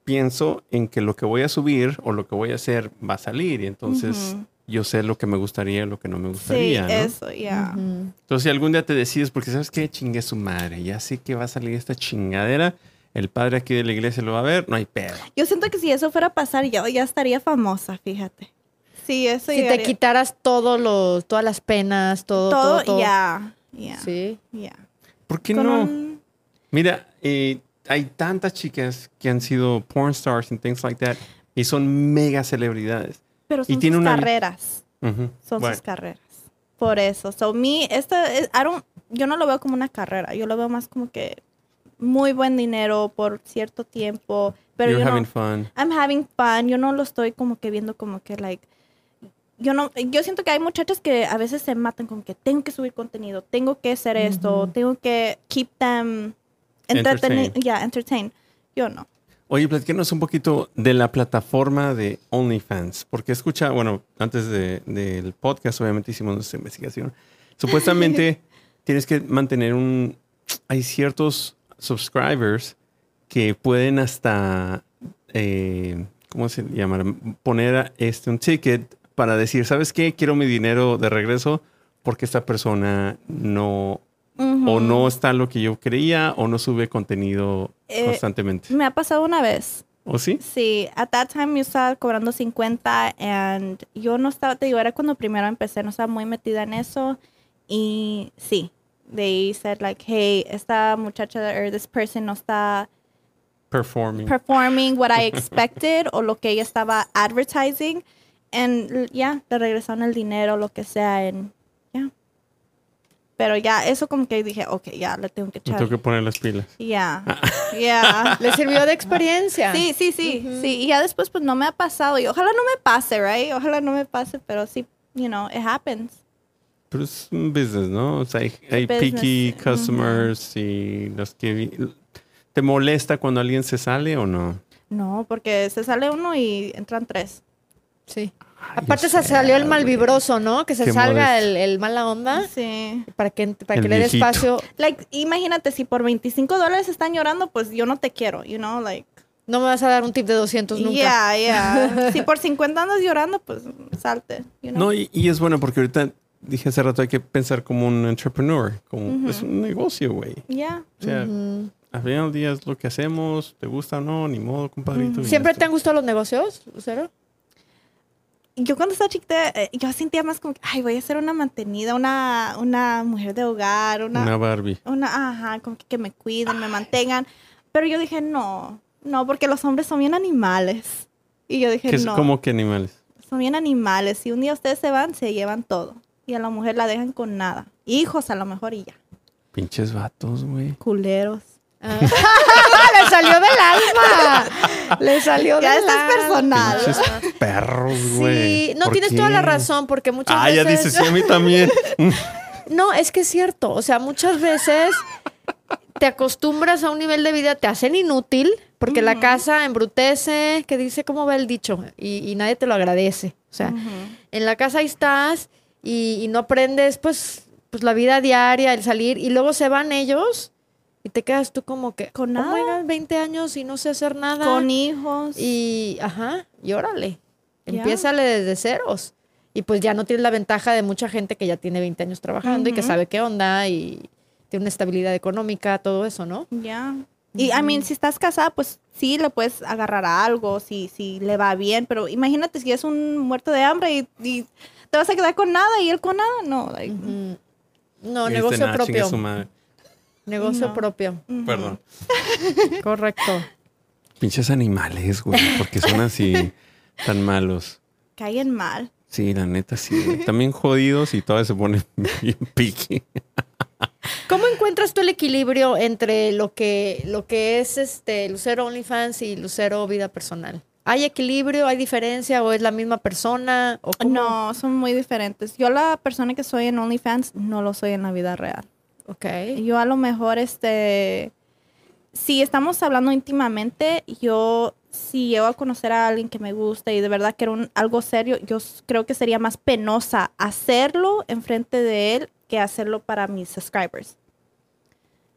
B: pienso en que lo que voy a subir o lo que voy a hacer va a salir y entonces
C: Ujú.
B: yo sé lo que me gustaría y lo que no me
C: sí,
B: gustaría. ¿no?
C: eso, ya.
A: Ujú.
B: Entonces si algún día te decides porque sabes que chingue su madre, ya sé que va a salir esta chingadera, el padre aquí de la iglesia lo va a ver, no hay pedo.
C: Yo siento que si eso fuera a pasar, yo ya estaría famosa, fíjate. Sí, eso
A: Si te
C: llegaría-
A: quitaras todos los, todas las penas, todo, todo,
C: todo,
A: todo.
C: ya, ya,
A: Sí.
C: ya.
B: ¿Por qué
C: Con
B: no?
C: un-
B: Mira, eh, hay tantas chicas que han sido porn stars and things like that y son mega celebridades.
C: Pero
B: Y
C: son
B: tiene
C: sus
B: una-
C: carreras,
B: Ujú.
C: son
B: Bueno,
C: sus carreras. Por eso, so me, esta, es- I don't- yo no lo veo como una carrera, yo lo veo más como que muy buen dinero por cierto tiempo, pero
B: you're
C: yo
B: having
C: no,
B: fun.
C: I'm having fun, yo no lo estoy como que viendo como que like yo no yo siento que hay muchachas que a veces se matan con que tengo que subir contenido, tengo que hacer esto,
A: Ujú.
C: tengo que keep them entertained,
B: Entertained.
C: yeah, entertained. Yo no.
B: Oye, platícanos un poquito de la plataforma de OnlyFans, porque escucha, bueno, antes de- del podcast obviamente hicimos nuestra investigación. Supuestamente tienes que mantener un... Hay ciertos subscribers que pueden hasta eh, ¿cómo se llama? Poner este, un ticket para decir, ¿sabes qué? Quiero mi dinero de regreso porque esta persona no o no está lo que yo creía o no sube contenido
C: Eh,
B: constantemente.
C: Me ha pasado una vez.
B: ¿O sí?
C: Sí, at that time yo estaba cobrando 50 and yo no estaba, te digo, era cuando primero empecé, no estaba muy metida en eso y sí, they said like, hey, esta muchacha or this person no está
B: Performing.
C: performing what I expected o lo que ella estaba advertising and l- ya, le regresaron el dinero, lo que sea, and ya. Pero ya, eso como que dije, ok, ya, le tengo que
B: Me
C: echar.
B: tengo que poner las pilas. [LAUGHS]
C: Ya, ya.
A: Le sirvió de experiencia.
C: Sí, sí, sí, sí. Y ya después, pues no me ha pasado. Y ojalá no me pase, right? Ojalá no me pase, pero sí, you know, it happens.
B: Pero es un business, ¿no? O sea, hay, hay
C: business,
B: picky
C: ujú.
B: customers y los que... vi- ¿Te molesta cuando alguien se sale o no?
C: No, porque se sale uno y entran tres.
A: Sí. Aparte
B: yo
A: se
B: sé,
A: salió el
B: güey.
A: malvibroso, ¿no? Que se
B: Qué
A: salga
B: modesto.
A: el, el mala onda
C: Sí.
A: para que, para que
B: El
A: le dé
B: viejito.
A: espacio.
C: Ah. Like, imagínate, si por 25 dólares están llorando, pues yo no te quiero, you know, like.
A: No me vas a dar un tip de 200 nunca.
C: Yeah, [LAUGHS] yeah. si por 50 andas llorando, pues salte, you know.
B: No, y, y es bueno porque ahorita dije hace rato hay que pensar como un entrepreneur, como
C: Ujú.
B: es un negocio, güey.
C: Yeah.
B: O sea,
A: Ujú.
B: al final del día es lo que hacemos, te gusta o no, ni modo, compadrito. y
A: ¿Siempre te
B: ya está.
A: han gustado los negocios, Lucero?
C: Yo cuando estaba chiquita, eh, yo sentía más como que, ay, voy a ser una mantenida, una, una mujer de hogar, una,
B: Una Barbie.
C: una, ajá, como que, que me cuiden, me mantengan. Pero yo dije, no, no, porque los hombres son bien animales. Y yo dije,
B: Que es
C: no,
B: como que animales.
C: son bien animales. Si un día ustedes se van, se llevan todo. Y a la mujer la dejan con nada. Hijos a lo mejor y ya.
B: Pinches vatos,
A: [LAUGHS]
B: güey.
C: Culeros.
B: [LAUGHS]
A: Ah. le salió del alma. Le salió
C: Ya
A: del
C: esto es
A: alma.
C: personal.
B: Pinches perros, Pues, güey.
A: Sí, no
B: ¿Por
A: tienes
B: qué?
A: toda la razón, porque muchas
B: Ah,
A: veces.
B: ya dices, sí, a mí
A: [LAUGHS]
B: también.
A: No, es que es cierto. O sea, muchas veces te acostumbras a un nivel de vida, te hacen inútil, porque la casa embrutece, que dice cómo va el dicho, y, y nadie te lo agradece. O sea,
C: Ujú.
A: en la casa ahí estás y, y no aprendes, pues, pues la vida diaria, el salir, y luego se van ellos y te quedas tú como que
C: Con
A: "Oh my
C: nada.
A: God, 20 años y no sé hacer nada.
C: Con hijos.
A: Y, ajá, y órale,
C: Ya.
A: empiézale desde ceros. Y pues ya no tienes la ventaja de mucha gente que ya tiene 20 años trabajando y que
C: Ujú.
A: sabe qué onda y tiene una estabilidad económica, todo eso, ¿no?
C: Ya. Y, I mean, si estás casada, pues sí, le puedes agarrar a algo, si, si le va bien, pero imagínate si es un muerto de hambre y, y te vas a quedar con nada y él con nada, no. like,
A: Mm. No,
B: Y
A: negocio
B: dicen, "Ah, chingue
A: propio.
B: su madre".
A: Negocio
C: No.
A: propio.
C: [LAUGHS] ujú.
B: Perdón.
A: Correcto.
B: Pinches animales, güey, porque son así
A: [LAUGHS]
B: tan malos.
C: Caen mal.
B: Sí, la neta, sí. güey. También jodidos y todavía se ponen [LAUGHS] bien piqui.
A: ¿Cómo encuentras tú el equilibrio entre lo que, lo que es este Lucero OnlyFans y Lucero Vida Personal? ¿Hay equilibrio? ¿Hay diferencia? ¿O es la misma persona? ¿O cómo?
C: No, son muy diferentes. Yo la persona que soy en OnlyFans no lo soy en la vida real.
A: Ok.
C: Yo a lo mejor, este, si estamos hablando íntimamente, yo si llego a conocer a alguien que me gusta y de verdad que era un- algo serio, yo s- creo que sería más penosa hacerlo enfrente de él que hacerlo para mis subscribers.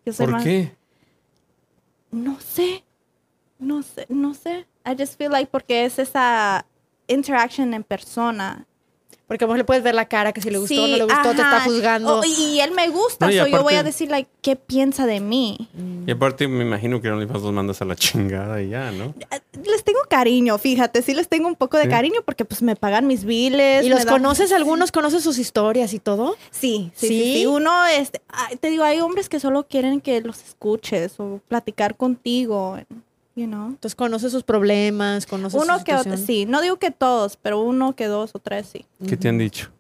C: Yo soy
B: ¿Por
C: más-
B: qué?
C: No sé, no sé, no sé. I just feel like porque es esa interaction en persona.
A: Porque a vos le puedes ver la cara que si le gustó o
C: Sí,
A: no le gustó, te está
C: ajá.
A: juzgando.
C: Oh, y, y él me gusta,
B: No, y
C: so yo voy a
B: aparte-
C: decir like qué piensa de mí.
A: Mm.
B: Y aparte me imagino que en OnlyFans los mandas a la chingada y ya, ¿no?
C: les tengo cariño, fíjate, sí les tengo un poco de
B: Sí.
C: cariño porque pues me pagan mis biles.
A: ¿Y los
C: me dan-
A: conoces algunos? ¿Conoces sus historias y todo?
C: Sí, sí, sí.
A: ¿Sí?
C: sí. Uno, este, ay, te digo, hay hombres que solo quieren que los escuches o platicar contigo, you know.
A: Entonces conoces sus problemas, conoces
C: Uno
A: su
C: que otro,
A: situación.
C: sí, no digo que todos, pero uno que dos o tres, sí.
B: ¿Qué te han dicho?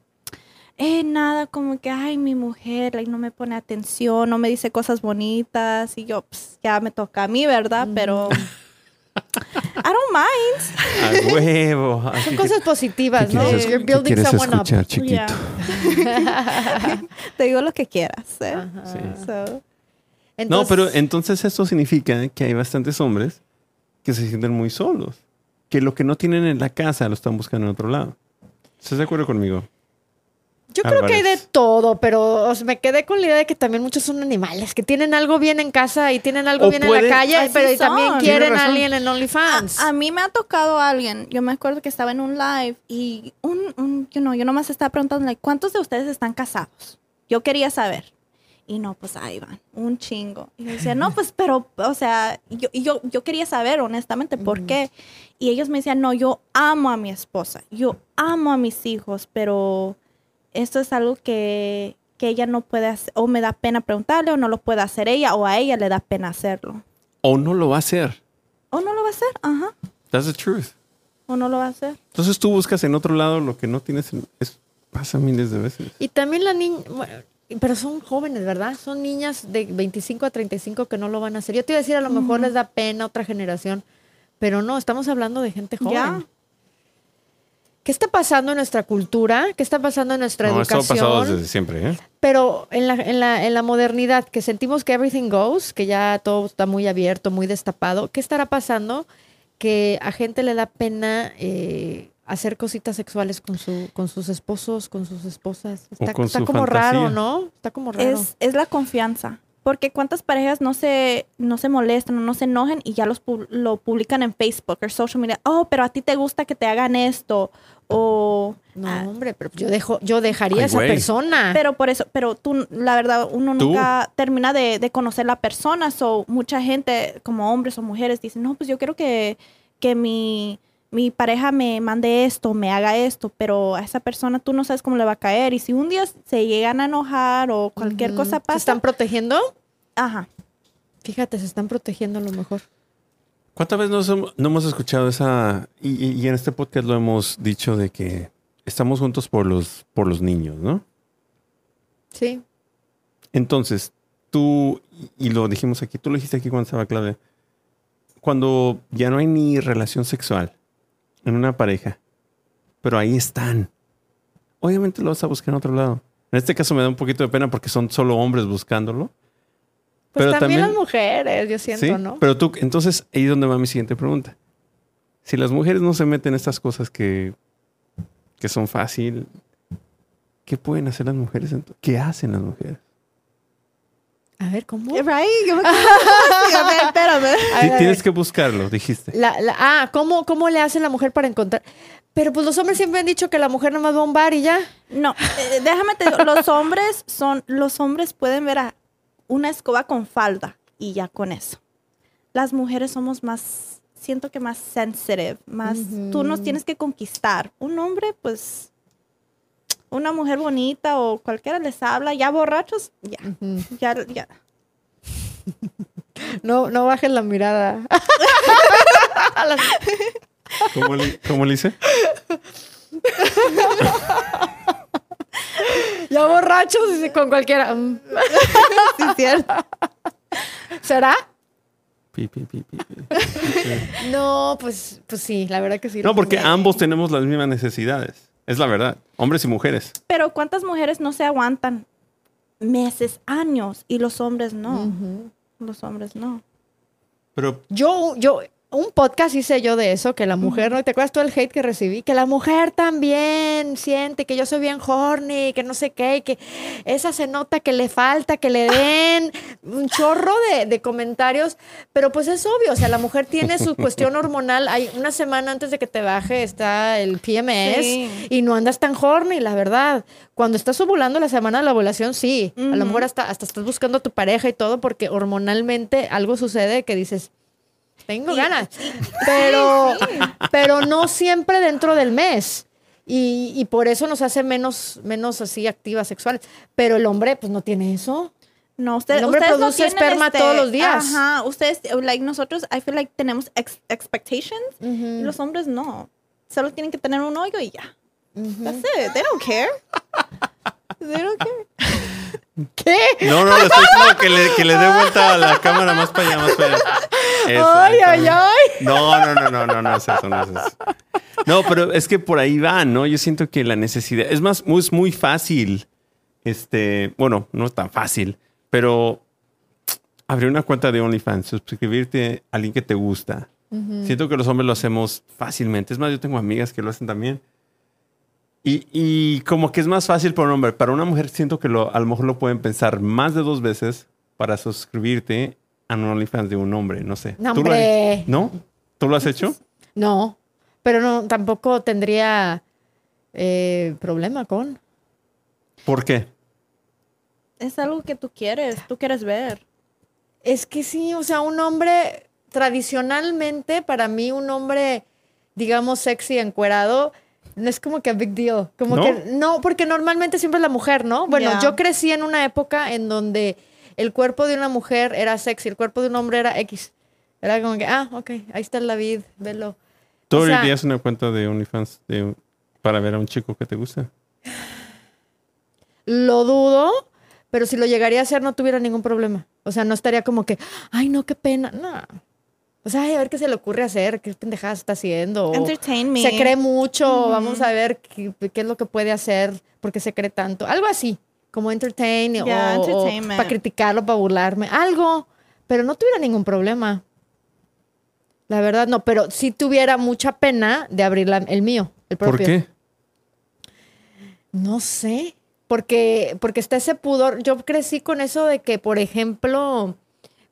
C: Eh, nada, como que, ay, mi mujer, like, no me pone atención, no me dice cosas bonitas y yo, pues, ya me toca a mí, ¿verdad? Pero, [LAUGHS] I don't mind.
B: A huevo.
A: Son
B: Así que-
A: cosas positivas, ¿no?
C: quieres
A: You're building someone up.
C: Yeah. te digo lo que quieras, ¿eh?
A: Ajá.
B: Sí.
C: So,
B: No,
A: Entonces-
B: pero entonces esto significa que hay bastantes hombres que se sienten muy solos. Que lo que no tienen en la casa lo están buscando en otro lado. ¿Estás de acuerdo conmigo?
A: Yo creo que hay de
B: Álvarez.
A: todo, pero o sea, me quedé con la idea de que también muchos son animales, que tienen algo bien en casa y tienen algo
B: O
A: bien en la
B: puede-
A: calle,
C: Así
A: pero y
C: son.
A: también
C: Tiene
A: quieren a
B: razón.
A: alguien en OnlyFans.
C: A mí me ha tocado a alguien. Yo me acuerdo que estaba en un live y un, un you know, yo nomás estaba preguntando, like, ¿cuántos de ustedes están casados? Yo quería saber. Y no, pues ahí van, un chingo. Y yo decía, no, pues, pero, o sea, yo, y yo, yo quería saber honestamente por qué. Y ellos me decían, no, yo amo a mi esposa, yo amo a mis hijos, pero esto es algo que, que ella no puede hacer, o me da pena preguntarle, o no lo puede hacer ella, o a ella le da pena hacerlo.
B: O no lo va a hacer.
C: O no lo va a hacer, ajá,
B: That's the truth.
C: o no lo va a hacer.
B: Entonces tú buscas en otro lado lo que no tienes. en- es- pasa miles de veces.
A: Y también la niña, bueno, pero son jóvenes, ¿verdad? Son niñas de 25 a 35 que no lo van a hacer. Yo te iba a decir, a lo mejor les da pena a otra generación, pero no, estamos hablando de gente joven.
C: Ya.
A: ¿Qué está pasando en nuestra cultura? ¿Qué está pasando en nuestra
B: No, esto ha
A: educación?
B: pasado desde siempre. ¿eh?
A: Pero en la, en, la, en la modernidad, que sentimos que everything goes, que ya todo está muy abierto, muy destapado, ¿qué estará pasando? Que a gente le da pena eh, hacer cositas sexuales con, su, con sus esposos, con sus esposas. Está,
B: con
A: está
B: su
A: como raro,
B: fantasía.
A: ¿no? Está como raro.
C: es, es la confianza. Porque cuántas parejas no se, no se molestan o no se enojen y ya los pu- lo publican en Facebook o social media. Oh, pero a ti te gusta que te hagan esto. O.
A: no,
C: ah,
A: hombre, pero yo, dejo, yo dejaría
B: Ay,
A: a esa
B: güey.
A: persona.
C: pero por eso, pero tú, la verdad, uno
B: Tú.
C: nunca termina de, de conocer la persona. So, mucha gente, como hombres o mujeres, dicen, no, pues yo quiero que, que mi, mi pareja me mande esto, me haga esto, pero a esa persona tú no sabes cómo le va a caer. Y si un día se llegan a enojar o cualquier
A: Ujú.
C: cosa pasa,
A: ¿Se están protegiendo?
C: ajá.
A: Fíjate, se están protegiendo a lo mejor.
B: ¿Cuántas veces nos hem- no hemos escuchado esa? Y, y- y en este podcast lo hemos dicho de que estamos juntos por los, por los niños, ¿no?
A: Sí.
B: Entonces, tú, y lo dijimos aquí, tú lo dijiste aquí cuando estaba Claudia, cuando ya no hay ni relación sexual en una pareja, pero ahí están, obviamente lo vas a buscar en otro lado. En este caso me da un poquito de pena porque son solo hombres buscándolo.
A: Pues
B: Pero
A: también,
B: también-
A: las mujeres, yo siento,
B: ¿sí?
A: ¿no?
B: Pero tú, entonces, ahí es donde va mi siguiente pregunta. Si las mujeres no se meten en estas cosas que, que son fácil, ¿qué pueden hacer las mujeres? ento- ¿Qué hacen las mujeres?
A: A ver, ¿cómo?
C: Right? Yo me [LAUGHS] quedé así, a ver, espérame.
A: A
B: Ti-
A: ver, a ver.
B: tienes que buscarlo, dijiste.
A: La- la- ah, ¿cómo, ¿cómo le hace la mujer para encontrar? Pero pues los hombres siempre han dicho que la mujer nomás va a un bar y ya.
C: No, eh, déjame te digo, los hombres son, los hombres pueden ver a una escoba con falda y ya con eso. Las mujeres somos más, siento que más sensitive, más, tú nos
A: Ujú.
C: tienes que conquistar. Un hombre, pues, una mujer bonita o cualquiera les habla, ya borrachos, ya, ya, ya.
A: No, no bajes la mirada. [LAUGHS]
B: ¿Cómo le, cómo le hice?
A: Ya borrachos y con cualquiera. [LAUGHS] Mm.
C: Sí, cierto.
A: ¿Será?
B: Pi, pi, pi, pi, pi.
A: No, pues, pues sí, la verdad que sí.
B: No, porque ambos tenemos las mismas necesidades. Es la verdad. Hombres y mujeres.
C: Pero ¿cuántas mujeres no se aguantan meses, años? Y los hombres no,
A: Ujú.
C: los hombres no.
B: Pero
A: Yo, yo, un podcast hice yo de eso, que la mujer, ¿no? ¿Te acuerdas todo el hate que recibí? Que la mujer también siente que yo soy bien horny, que no sé qué, y que esa se nota que le falta, que le den un chorro de, de comentarios. Pero pues es obvio, o sea, la mujer tiene
C: [LAUGHS]
A: su cuestión hormonal. Hay una semana antes de que te baje está el PMS
C: Sí.
A: y no andas tan horny, la verdad. Cuando estás ovulando la semana de la ovulación, sí. A lo
C: Ujú.
A: mejor hasta, hasta estás buscando a tu pareja y todo porque hormonalmente algo sucede que dices, tengo ganas. Pero, pero no siempre dentro del mes. Y, y por eso nos hace menos, menos así activas sexuales. Pero el hombre, pues no tiene eso.
C: No, usted-
A: El hombre
C: ustedes no
A: produce
C: tienen,
A: esperma
C: este,
A: todos los días.
C: Ajá, ustedes, like nosotros, I feel like tenemos ex- expectations.
A: Mm.
C: y Los hombres no. Solo tienen que tener un hoyo y ya.
A: Mm.
C: That's it. They don't care. [LAUGHS] They don't care.
A: ¿Qué?
B: no, no, le estoy como que le, que le dé vuelta a la cámara más para allá, más para allá. Eso,
A: Ay,
B: eso.
A: ay, ay.
B: No, no, no, no, no, no es eso, no es eso. No, pero es que por ahí va, ¿no? Yo siento que la necesidad. Es más, es muy fácil. Este, bueno, no tan fácil, pero abrir una cuenta de OnlyFans, suscribirte a alguien que te gusta. Siento que los hombres lo hacemos fácilmente. Es más, yo tengo amigas que lo hacen también. Y, y como que es más fácil para un hombre. Para una mujer siento que lo, a lo mejor lo pueden pensar más de dos veces para suscribirte a un OnlyFans de un hombre. No sé.
A: No,
B: ¿Tú lo has-
A: hombre.
B: ¿No? ¿Tú lo has hecho?
A: No, pero no, tampoco tendría eh, problema con.
B: ¿Por qué?
C: Es algo que tú quieres, tú quieres ver.
A: Es que sí, o sea, un hombre, tradicionalmente, para mí, un hombre, digamos, sexy, encuerado, no es como que big deal. Como
B: ¿No?
A: que, no, porque normalmente siempre es la mujer, ¿no? Bueno,
C: Ya.
A: yo crecí en una época en donde el cuerpo de una mujer era sexy, el cuerpo de un hombre era X. Era como que, ah, ok, ahí está el David, velo.
B: ¿Tú
A: O sea-
B: abrirías una cuenta de OnlyFans de- para ver a un chico que te gusta?
A: Lo dudo, pero si lo llegaría a hacer no tuviera ningún problema. O sea, no estaría como que, ay, no, qué pena. No. O sea, ay, a ver qué se le ocurre hacer, qué pendejada está haciendo. o
C: Entertain me.
A: Oh. se cree mucho, vamos a ver qué, qué es lo que puede hacer, porque se cree tanto. Algo así, como entertain
C: Ya,
A: o,
C: entertainment.
A: para criticarlo, para burlarme, algo. Pero no tuviera ningún problema. La verdad, no, pero sí tuviera mucha pena de abrir la- el mío, el propio.
B: ¿Por qué?
A: No sé, porque, porque está ese pudor. Yo crecí con eso de que, por ejemplo,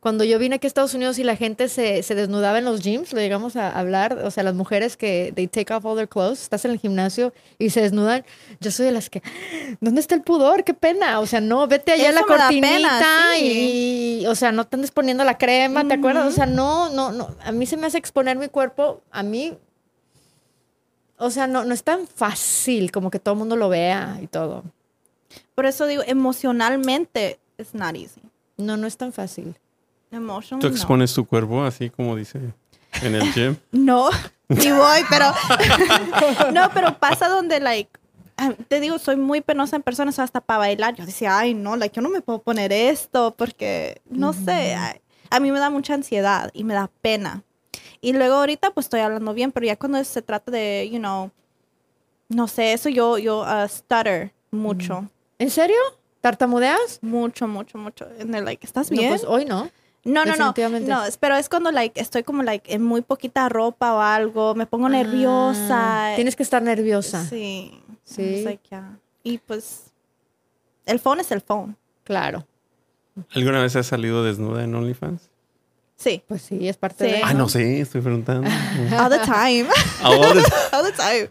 A: cuando yo vine aquí a Estados Unidos y la gente se, se desnudaba en los gyms, lo llegamos a hablar, o sea, las mujeres que they take off all their clothes, estás en el gimnasio y se desnudan, yo soy de las que, "Ah, ¿dónde está el pudor? ¡Qué pena! O sea, no, vete allá a la
C: Eso me da pena,
A: cortinita
C: sí.
A: y, o sea, no te andes poniendo la crema, ¿te acuerdas? O
C: Ujú.
A: sea, no, no, no, a mí se me hace exponer mi cuerpo, a mí o sea, no, no es tan fácil como que todo el mundo lo vea y todo.
C: Por eso digo, emocionalmente, it's not easy.
A: No, no es tan fácil.
C: Emotional,
B: ¿Tú
C: no.
B: expones tu cuerpo así como dice en el
C: [LAUGHS]
B: gym?
C: No, sí voy, pero. [LAUGHS] no, pero pasa donde, like. ah, Te digo, soy muy penosa en personas, hasta para bailar. Yo decía, ay, no, like, yo no me puedo poner esto porque, no sé, ay, a, mí me da mucha ansiedad y me da pena. Y luego ahorita, pues estoy hablando bien, pero ya cuando se trata de, you know, no sé, eso yo, yo ah, stutter mucho,
A: ¿En serio? ¿Tartamudeas?
C: mucho, mucho, mucho. And they're like, ¿estás
A: No,
C: bien?
A: pues hoy no.
C: No, no, no.
A: Definitivamente.
C: No, es- pero es cuando like estoy como like en muy poquita ropa o algo, me pongo nerviosa.
A: Ah, Tienes que estar nerviosa.
C: Sí.
A: Sí.
C: It's like, yeah. Y pues el phone es el phone.
A: Claro.
B: ¿Alguna vez has salido desnuda en OnlyFans?
A: [LAUGHS]
C: Sí.
A: Pues sí, es parte
C: Sí.
A: de.
B: Ah, no sé, estoy
C: [LAUGHS]
B: preguntando.
C: All the time. [LAUGHS]
B: Ahora,
C: All the time.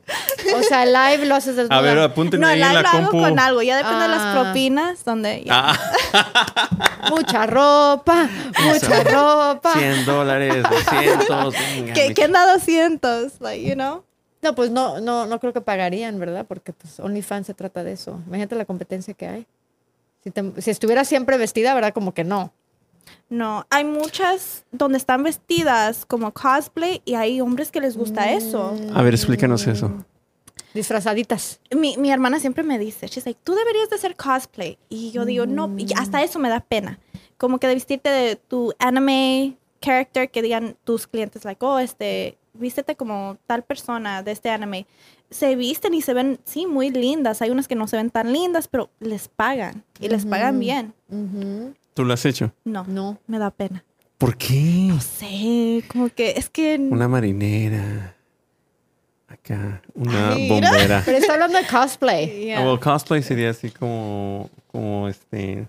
A: O sea, live lo haces desnuda.
B: a ver, apúntenme
C: No,
B: ahí
C: el
B: en
C: live
B: la
C: lo hago
B: compu.
C: con algo. Ya depende de
A: Ah.
C: las propinas donde ya.
B: Ah,
A: Mucha ropa, mucha ropa.
B: 100 dólares,
C: [LAUGHS]
B: 200. venga,
C: que
B: mi-
C: que han dado cientos, like, you know.
A: No, pues no, no, no creo que pagarían, ¿verdad? Porque pues OnlyFans se trata de eso. Imagínate la competencia que hay. Si, te- si estuviera siempre vestida, ¿verdad? Como que no.
C: No, hay muchas donde están vestidas como cosplay y hay hombres que les gusta
A: Mm.
C: eso.
B: A ver, explícanos eso.
A: Disfrazaditas.
C: mi, mi hermana siempre me dice, she's like, tú deberías de hacer cosplay. Y yo digo, no, y hasta eso me da pena. Como que de vestirte de tu anime character, que digan tus clientes, like, oh, este, vístete como tal persona de este anime. Se visten y se ven, sí, muy lindas. Hay unas que no se ven tan lindas, pero les pagan. Y les pagan
A: Ujú.
C: bien.
A: Ujú.
B: ¿Tú lo has hecho?
C: No,
A: No.
C: me da pena.
B: ¿Por qué?
C: No sé, como que es que...
B: Una marinera. Acá, una
C: Ay, mira.
B: bombera.
A: Pero está hablando de cosplay.
C: Yeah.
B: Ah, well, cosplay sería así como, como este.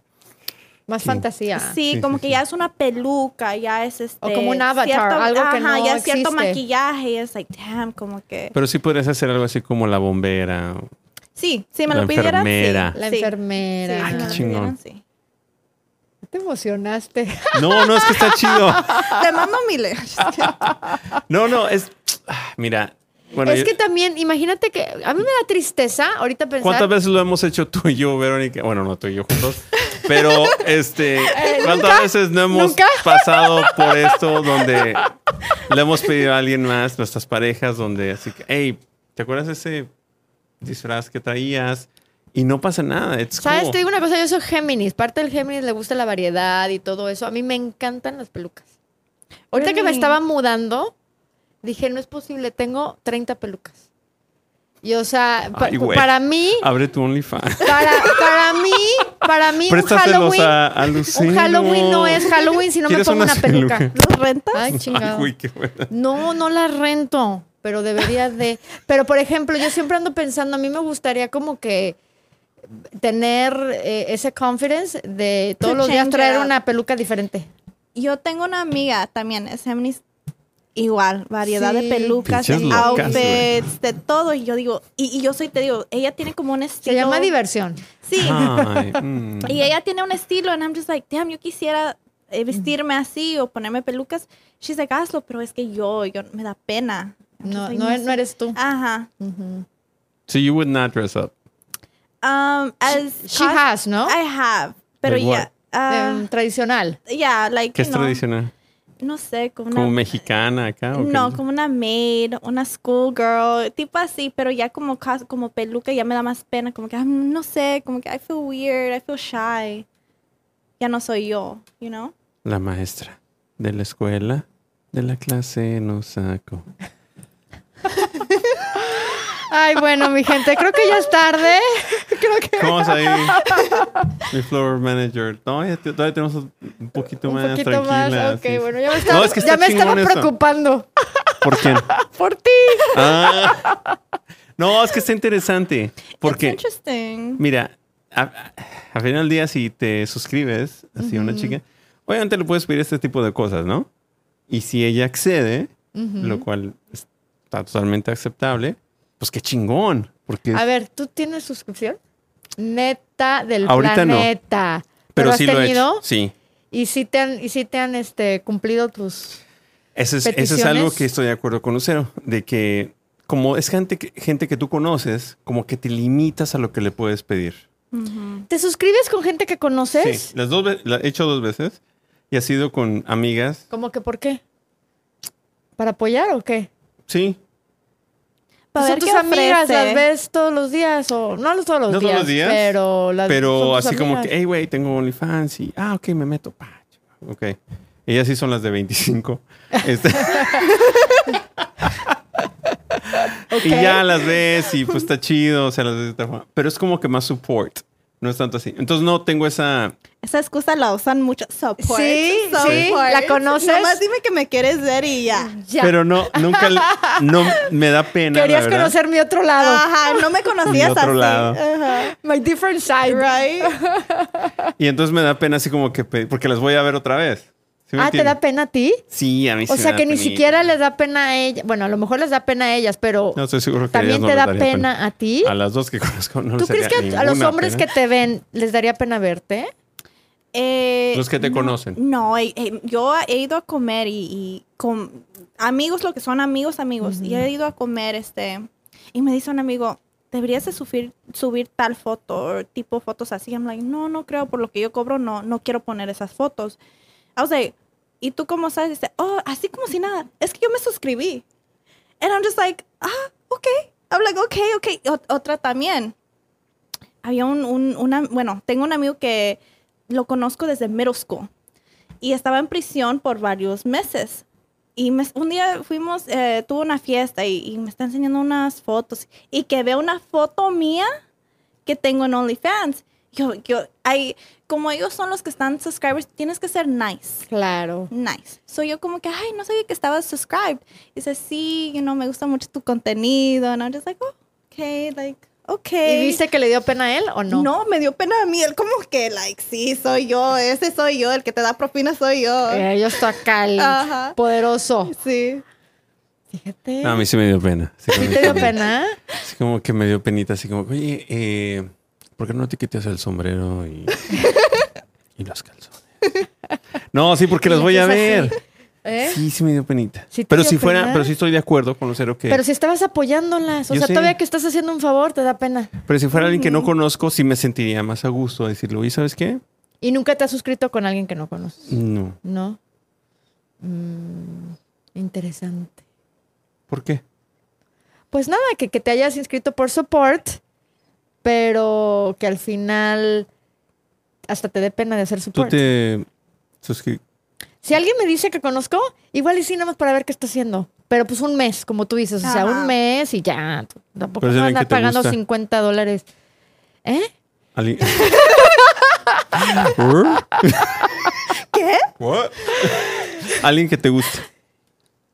A: Más
B: Sí.
A: fantasía.
C: Sí,
B: Sí,
C: como
B: sí,
C: que
B: sí.
C: ya es una peluca, ya es este.
A: como un avatar, algo que
C: ajá,
A: no
C: ya es cierto
A: existe.
C: maquillaje, y es like, damn, como que.
B: Pero sí podrías hacer algo así como la bombera.
C: Sí, sí, me
B: La
C: lo pidieran.
B: enfermera.
C: Sí,
A: La
C: sí, sí,
A: enfermera.
C: me lo
B: qué chingón.
C: pidieran, sí.
A: Te emocionaste.
B: No, no, es que está chido.
A: Ah.
C: Te mando
A: [LAUGHS]
C: miles.
B: No, no, es. Mira. Bueno,
A: es
B: yo-
A: que también, imagínate que a mí me da tristeza ahorita pensar.
B: ¿Cuántas veces lo hemos hecho tú y yo, Verónica? Bueno, no tú y yo juntos. Pero, este, ¿cuántas veces no hemos
A: Eh, nunca. [LAUGHS]
B: pasado por esto donde le hemos pedido a alguien más, nuestras parejas, donde así que, hey, ¿te acuerdas ese disfraz que traías? Y no pasa nada. It's
A: ¿Sabes?
B: cool.
A: Te digo una cosa, yo soy Géminis. Parte del Géminis le gusta la variedad y todo eso. A mí me encantan las pelucas. Ahorita que me
C: Really?
A: estaba mudando, dije, no es posible, tengo 30 pelucas. Y o sea, pa-
B: Ay, güey.
A: para mí,
B: Abre tu OnlyFans.
A: para, para mí, para mí, un
B: Préstatelos
A: Halloween.
B: a, a Lucero.
A: Un Halloween no es Halloween si no me
B: ¿Quieres
A: pongo una
B: unas
A: peluca.
B: pelucas?
C: ¿Los rentas?
A: Ay,
B: Ay,
A: chingado.
B: güey, qué buena.
A: No, no la rento. pero debería
C: [LAUGHS]
A: de... Pero, por ejemplo, yo siempre ando pensando, a mí me gustaría como que tener eh, ese confidence de todos
C: To
A: los días
C: change
A: traer
C: it up.
A: una peluca diferente.
C: Yo tengo una amiga también, es Géminis. Igual, variedad
A: Sí.
C: de pelucas,
B: Pinches
C: de
B: locas, güey.
C: outfits, de todo. Y yo digo, y, y yo soy, te digo, ella tiene como un
A: Se
C: estilo.
A: llama diversión.
C: Sí,
B: Ay, mm.
C: y ella tiene un estilo. And I'm just like, damn, yo quisiera eh, vestirme así o ponerme pelucas. She's like, hazlo, pero es que yo, yo, me da pena. I'm
A: No,
C: just like,
A: no, e-
C: sé.
A: no eres
C: Ah,
A: tú.
C: Ajá.
A: Ujú.
B: So you would not dress up.
C: Um, as
A: She
C: cos- ah.
A: has, ¿no?
C: I have. Pero
B: Like
C: ya.
B: what?
A: Em, tradicional.
C: ya, like.
B: ¿Qué
C: you
B: es
C: know,
B: tradicional?
C: No sé, como una.
B: ¿Como mexicana acá? o qué?
C: No, como una maid, una schoolgirl, tipo así, pero ya como, cas- como peluca ya me da más pena, como que, ah, no sé, como que I feel weird, I feel shy. Ya no soy yo, you know?
B: La maestra de la escuela, de la clase, no saco.
A: Ay, bueno, mi gente, creo que ya es tarde. [LAUGHS] creo que
B: ¿Cómo
A: [LAUGHS]
B: es ahí? Mi floor manager. No, ya te- todavía tenemos un poquito
A: un
B: más
A: poquito
B: tranquila.
A: más. Ok,
B: sí, sí.
A: bueno, ya me estaba,
B: es que
A: ya
B: está
A: me estaba
B: chingón eso.
A: preocupando [LAUGHS]
B: ¿Por quién?
A: por ti.
B: Ah. No, es que está interesante. Porque,
C: It's interesting.
B: mira, a- al final del día, si te suscribes así a una chica, obviamente le puedes pedir este tipo de cosas, ¿no? Y si ella accede, lo cual está totalmente aceptable, pues qué chingón. Porque
A: A ver, ¿tú tienes suscripción? Neta del
B: Ahorita no.
A: planeta.
B: pero
A: has
B: sí lo he
A: tenido
B: hecho. Sí.
A: y sí te han, y sí te han este, cumplido tus.
B: Eso es, eso es algo
A: peticiones.
B: que estoy de acuerdo con Lucero, de que como es gente que, gente que tú conoces, como que te limitas a lo que le puedes pedir.
C: Ujú.
A: ¿Te suscribes con gente que conoces?
B: Sí, las dos ve- la he hecho dos veces y ha sido con amigas.
A: ¿Cómo que por qué? ¿Para apoyar o qué?
B: Sí,
C: Pa'
A: ¿Son
C: ver
A: tus
C: qué
A: amigas?
C: ofrece.
A: ¿Las ves todos los días? o No los todos los,
B: No
A: días,
B: todos los días,
A: Pero, las- son
B: pero
A: tus
B: así como
A: amigas.
B: que, hey, güey, tengo OnlyFans y, ah, ok, me meto. Pa, ok. Ellas sí son las de 25. Este- [LAUGHS] Y ya las ves y pues está chido, o sea, las ves de esta forma. Pero es como que más support, no es tanto así. Entonces no tengo esa...
C: Esa excusa la usan mucho. Support.
A: Sí, sí,
C: support.
A: ¿la conoces?
C: Nomás dime que me quieres ver y ya.
A: Ya.
B: eh, Pero no, nunca le- no me da pena. la
A: Querías
B: verdad.
A: conocer mi otro lado.
C: Ajá,
B: [LAUGHS]
C: no me conocías
B: otro
C: así.
B: lado.
C: Ajá.
A: My different side. [LAUGHS]
C: Right?
B: Y entonces me da pena así como que pe- porque las voy a ver otra vez. ¿Sí me
A: Ah, ¿te
B: entiendes?
A: da pena a ti?
B: Sí, a mí sí.
A: O
B: me
A: sea
B: da
A: que ni
B: penita.
A: siquiera les da pena a ella. Bueno, a lo mejor les da pena a ellas, pero
B: No estoy seguro que
A: también
B: ellas no
A: te
B: les
A: da
B: daría
A: pena, a ti.
B: A las dos que [LAUGHS] conozco no
A: ¿Tú
B: les
A: crees
B: daría
A: que a- a los
B: ninguna
A: hombres
B: pena.
A: que te ven les daría pena verte?
C: Eh,
B: Los que te
C: no,
B: conocen.
C: No, eh, eh, yo he ido a comer y, y con amigos, lo que son amigos, amigos. Y he ido a comer, este, y me dice un amigo, deberías de subir, subir tal foto o tipo fotos así. I'm like, no, no creo, por lo que yo cobro, no, no quiero poner esas fotos. I was like, ¿y tú cómo sabes? Dice, oh, así como si nada. Es que yo me suscribí. And I'm just like, ah, ok. I'm like, ok, ok. Ot- otra también. Había un, un- una, bueno, tengo un amigo que lo conozco desde middle school y estaba en prisión por varios meses. Y me- un día fuimos, eh, tuvo una fiesta y, y me está enseñando unas fotos y que veo una foto mía que tengo en OnlyFans. Yo, yo, ay, como ellos son los que están subscribers, tienes que ser nice.
A: Claro.
C: Nice. Soy yo como que, ay, no sabía que estabas subscribed. Dice, sí, you know, me gusta mucho tu contenido. And I'm just like, oh, okay, like, okay.
A: ¿Y viste que le dio pena a él o no?
C: No. me dio pena a mí. Él como que, like, sí, soy yo. Ese soy yo. El que te da propina soy yo.
A: Eh, yo estoy acá, el
C: Ajá.
A: poderoso.
C: Sí.
A: Fíjate.
B: No, a mí sí me dio pena. Sí,
A: ¿Sí
B: como
A: [LAUGHS] te dio
B: que-
A: pena?
B: Así como que me dio penita, así como, oye, eh, ¿por qué no te quitas el sombrero y, y los calzones? No, sí, porque
A: Y
B: los
A: le
B: voy a
A: haces
B: ver.
A: así, ¿Eh?
B: Sí, sí me dio penita.
A: Sí te
B: pero
A: dio
B: si fuera,
A: pena.
B: pero sí estoy de acuerdo con Lucero que.
A: Pero si estabas apoyándolas, o
B: Yo
A: sea,
B: sé.
A: todavía que estás haciendo un favor, te da pena.
B: Pero si fuera alguien que no conozco, sí me sentiría más a gusto a decirle, oye, ¿sabes qué?
A: Y nunca te has suscrito con alguien que no conoces.
B: No.
A: ¿No? Mm, interesante.
B: ¿Por qué?
A: Pues nada, que, que te hayas inscrito por support, pero que al final hasta te dé pena de hacer
B: Tú
A: support.
B: te suscri-
A: Si alguien me dice que conozco, igual y sí, nada más para ver qué está haciendo. Pero pues un mes, como tú dices, o sea,
C: Ajá.
A: un mes y ya. tú Tampoco
B: Pero es
A: no
B: alguien
A: andar
B: que te
A: pagando
B: gusta.
A: 50 dólares. ¿Eh?
B: [LAUGHS] alguien-
C: ¿Qué?
B: What? alguien que te gusta.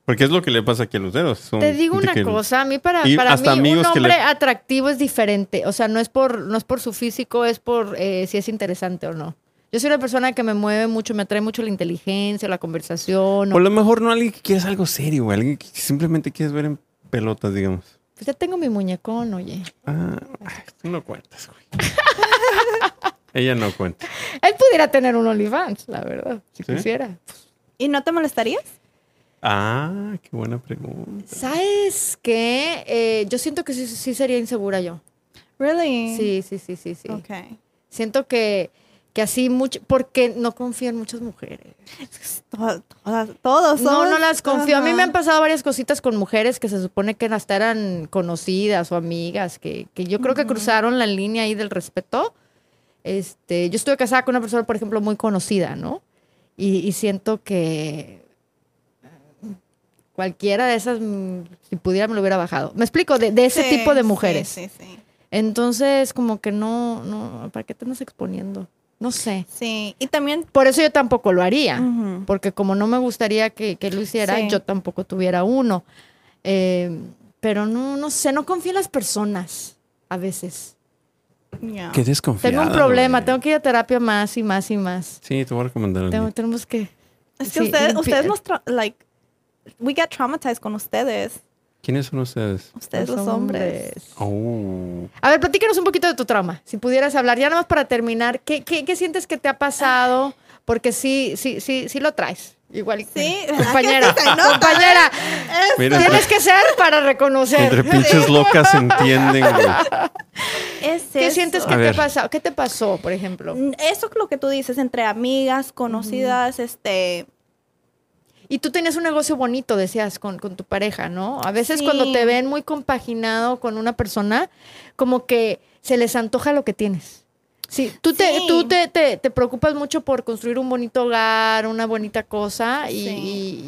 B: Porque es lo que le pasa aquí a los dedos. Son
A: Te digo
B: de
A: una
B: que-
A: cosa, a mí para,
B: y
A: para
B: hasta
A: mí un
B: amigos que
A: hombre
B: le-
A: atractivo es diferente. O sea, no es por, no es por su físico, es por eh, si es interesante o no. Yo soy una persona que me mueve mucho, me atrae mucho la inteligencia, la conversación. o-
B: O a lo mejor no alguien que quieres algo serio, güey, alguien que simplemente quieres ver en pelotas, digamos.
A: Pues ya tengo mi muñecón, oye.
B: Ah, ay, tú no cuentas, güey.
A: [LAUGHS]
B: Ella no cuenta.
A: Él pudiera tener un OnlyFans, la verdad, si
B: ¿Sí?
A: quisiera.
C: ¿Y no te molestarías?
B: Ah, qué buena pregunta.
A: ¿Sabes qué? Eh, yo siento que sí, sí sería insegura yo.
C: Really?
A: Sí, sí, sí, sí, sí.
C: Okay.
A: Siento que, que así mucho, porque no confío en muchas mujeres.
C: Todas, todas- todos
A: No,
C: somos-
A: no las confío. A mí me han
C: Ajá.
A: pasado varias cositas con mujeres que se supone que hasta eran conocidas o amigas, que, que yo creo que cruzaron la línea ahí del respeto. Este, yo estuve casada con una persona, por ejemplo, muy conocida, ¿no? Y, y siento que cualquiera de esas, mm, si pudiera, me lo hubiera bajado. Me explico, de, de ese
C: Sí,
A: tipo de
C: sí,
A: mujeres.
C: Sí, sí.
A: Entonces, como que no, no, ¿para qué te andas exponiendo? No sé.
C: Sí, y también...
A: Por eso yo tampoco lo haría.
C: Ujú.
A: Porque como no me gustaría que, que lo hiciera,
C: Sí.
A: yo tampoco tuviera uno. Eh, pero no, no sé, no confío en las personas a veces.
C: Yeah.
B: Qué desconfiada.
A: Tengo un problema,
B: güey.
A: tengo que ir a terapia más y más y más.
B: Sí, te voy a recomendar. a
A: Tengo-
B: mí.
A: tenemos que...
C: Es que
A: Sí,
C: ustedes,
A: limpi-
C: ustedes nos... tra- Like, we get traumatized con ustedes.
B: ¿Quiénes son ustedes?
C: Ustedes
A: Pues
C: los, hombres.
B: Oh.
A: A ver, platícanos un poquito de tu trauma, si pudieras hablar, ya nada más para terminar, ¿qué, qué, qué sientes que te ha pasado? Porque sí, sí, sí, sí lo traes. Igual,
C: Sí, ¿verdad que
A: compañera,
C: sí se nota?
A: compañera,
B: Mira,
A: tienes
B: entre,
A: que ser para reconocer.
B: entre pinches locas se entienden, güey.
C: Es
A: ¿Qué
C: eso.
A: sientes que
B: A
A: te
B: ver.
A: pasó? ¿Qué te pasó, por ejemplo?
C: Mm, Eso es lo que tú dices, entre amigas, conocidas, este...
A: Y tú tenías un negocio bonito, decías, con, con tu pareja, ¿no? A veces
C: Sí.
A: cuando te ven muy compaginado con una persona, como que se les antoja lo que tienes. Sí, tú, te,
C: Sí.
A: tú te, te- te preocupas mucho por construir un bonito hogar, una bonita cosa, y,
C: Sí.